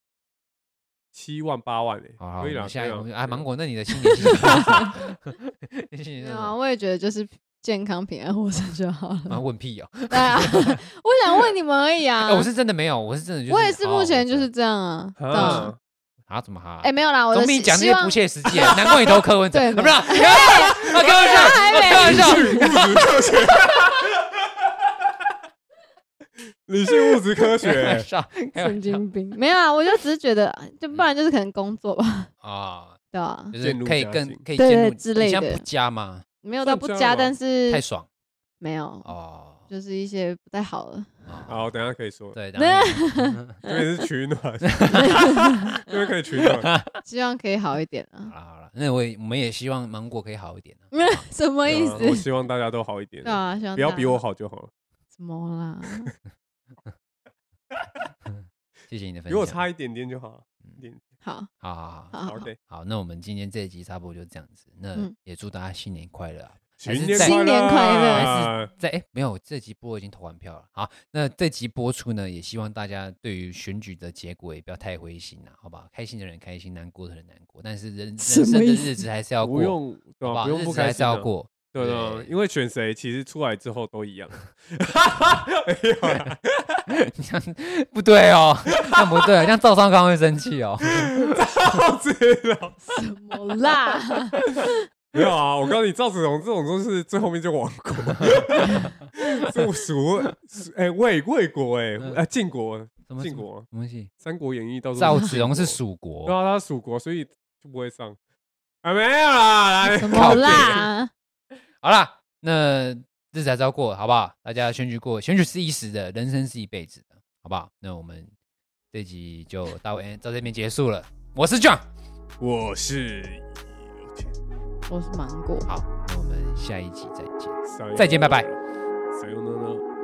C: 七万八万
B: 好
C: 哎，
B: 好，
C: 可
B: 我
C: 以啦，
B: 们下一个
C: 可以啦
B: 啊，芒，果，那你的新年新希望 是什
A: 对
B: 么
A: 啊，我也觉得就是健康平安活着就好了。
B: 啊，问屁哦！
A: 对啊，我想问你们而已啊。
B: 哎我是真的没有，我是真的就是
A: 我也是
B: 好好
A: 目前
B: 活
A: 就是
B: 着
A: 这样啊。
C: 可以
A: 对
C: 啦
A: 啊
C: 啊，
B: 啊，怎么哈？
A: 哎，没有啦，我的
B: 总比
A: 希
B: 你讲这
A: 希
B: 些
A: 望
B: 不切实 际，难怪你都柯文哲，
A: 对
B: 啊不是啊？ 啊开玩笑，啊开玩笑，
C: 物质特权，理性物质科 学，
B: 上
A: 神经病。没有啊，我就只是觉得， 就不然就是可能工作吧，
B: 啊，
A: 对吧？
B: 就
C: 渐
B: 是
C: 入
B: 可以
C: 佳
B: 更
C: 境
B: 可以
A: 对
B: 进
A: 对
B: 入
A: 之类
B: 你现在
A: 的
B: 不加嘛，
A: 没有到不
C: 算这
A: 加，
C: 样吗
A: 但是
B: 太爽
A: 没有，
B: 哦。
A: 就是一些不太好的。
B: 哦，
C: 好，等一下可以 说，
B: 对，然后
C: 这边是取暖，这边可以取暖，
A: 希望可以好一点啊
B: 好。了好了，那我也我们也希望芒果可以好一点啊
A: 什么意
C: 对啊我
A: 思？
C: 希望大家都好一点
A: 对，啊，希望
C: 不要
A: 大家
C: 比我好就好了，
A: 怎么啦？
B: 谢谢你的分
C: 比
B: 享。
C: 我差一点点就好了，一点
A: 好
B: 好好好
A: 好好，
C: ，OK，
B: 好，那我们今天这一集差不多就这样子。那
A: 嗯
B: 也祝大家新年快乐啊！还是
C: 新年
B: 在
A: 新年快乐啊
C: 乐，
B: 在哎，没有，这集播已经投完票了。好，那这集播出呢，也希望大家对于选举的结果也不要太灰心了，好不好？开心的人开心，难过的人难过，但是人人
A: 什么
B: 生的
A: 意思
B: 日子还是要
C: 不
B: 过，
C: 用，对
B: 好不
C: 吧？
B: 好？
C: 不用
B: 日
C: 不
B: 子
C: 开
B: 还是
C: 心
B: 要
C: 啊，
B: 过，
C: 对啊
B: 对，
C: 因为选谁其实出来之后都一 样，
B: 你看不对哦，这样不对，这样赵尚刚会生气哦。
C: 赵子龙
A: 什么啦？
C: 没有啊，我告诉你，赵子龙这种就是最后面就亡国， 这蜀蜀哎魏魏国哎
B: 嗯
C: 哎晋国
B: 什么
C: 晋
B: 什么
C: 国《
B: 什么东西？
C: 三国演义》到
B: 赵子龙是
C: 蜀。
B: 蜀
C: 对
B: 国，
C: 啊，他蜀国，所以就不会上。啊，没有啦，来
A: 什么啦？
B: 好啦，那日子还是要过，好不好？大家选举过，选举是一时的，人生是一辈子的，好不好？那我们这集就到哎到这边结束了。我是 John，
C: 我是
A: 我是芒果。
B: 好，那我们下一集再见。
C: Sayonara
B: 再见拜拜
C: Sayonara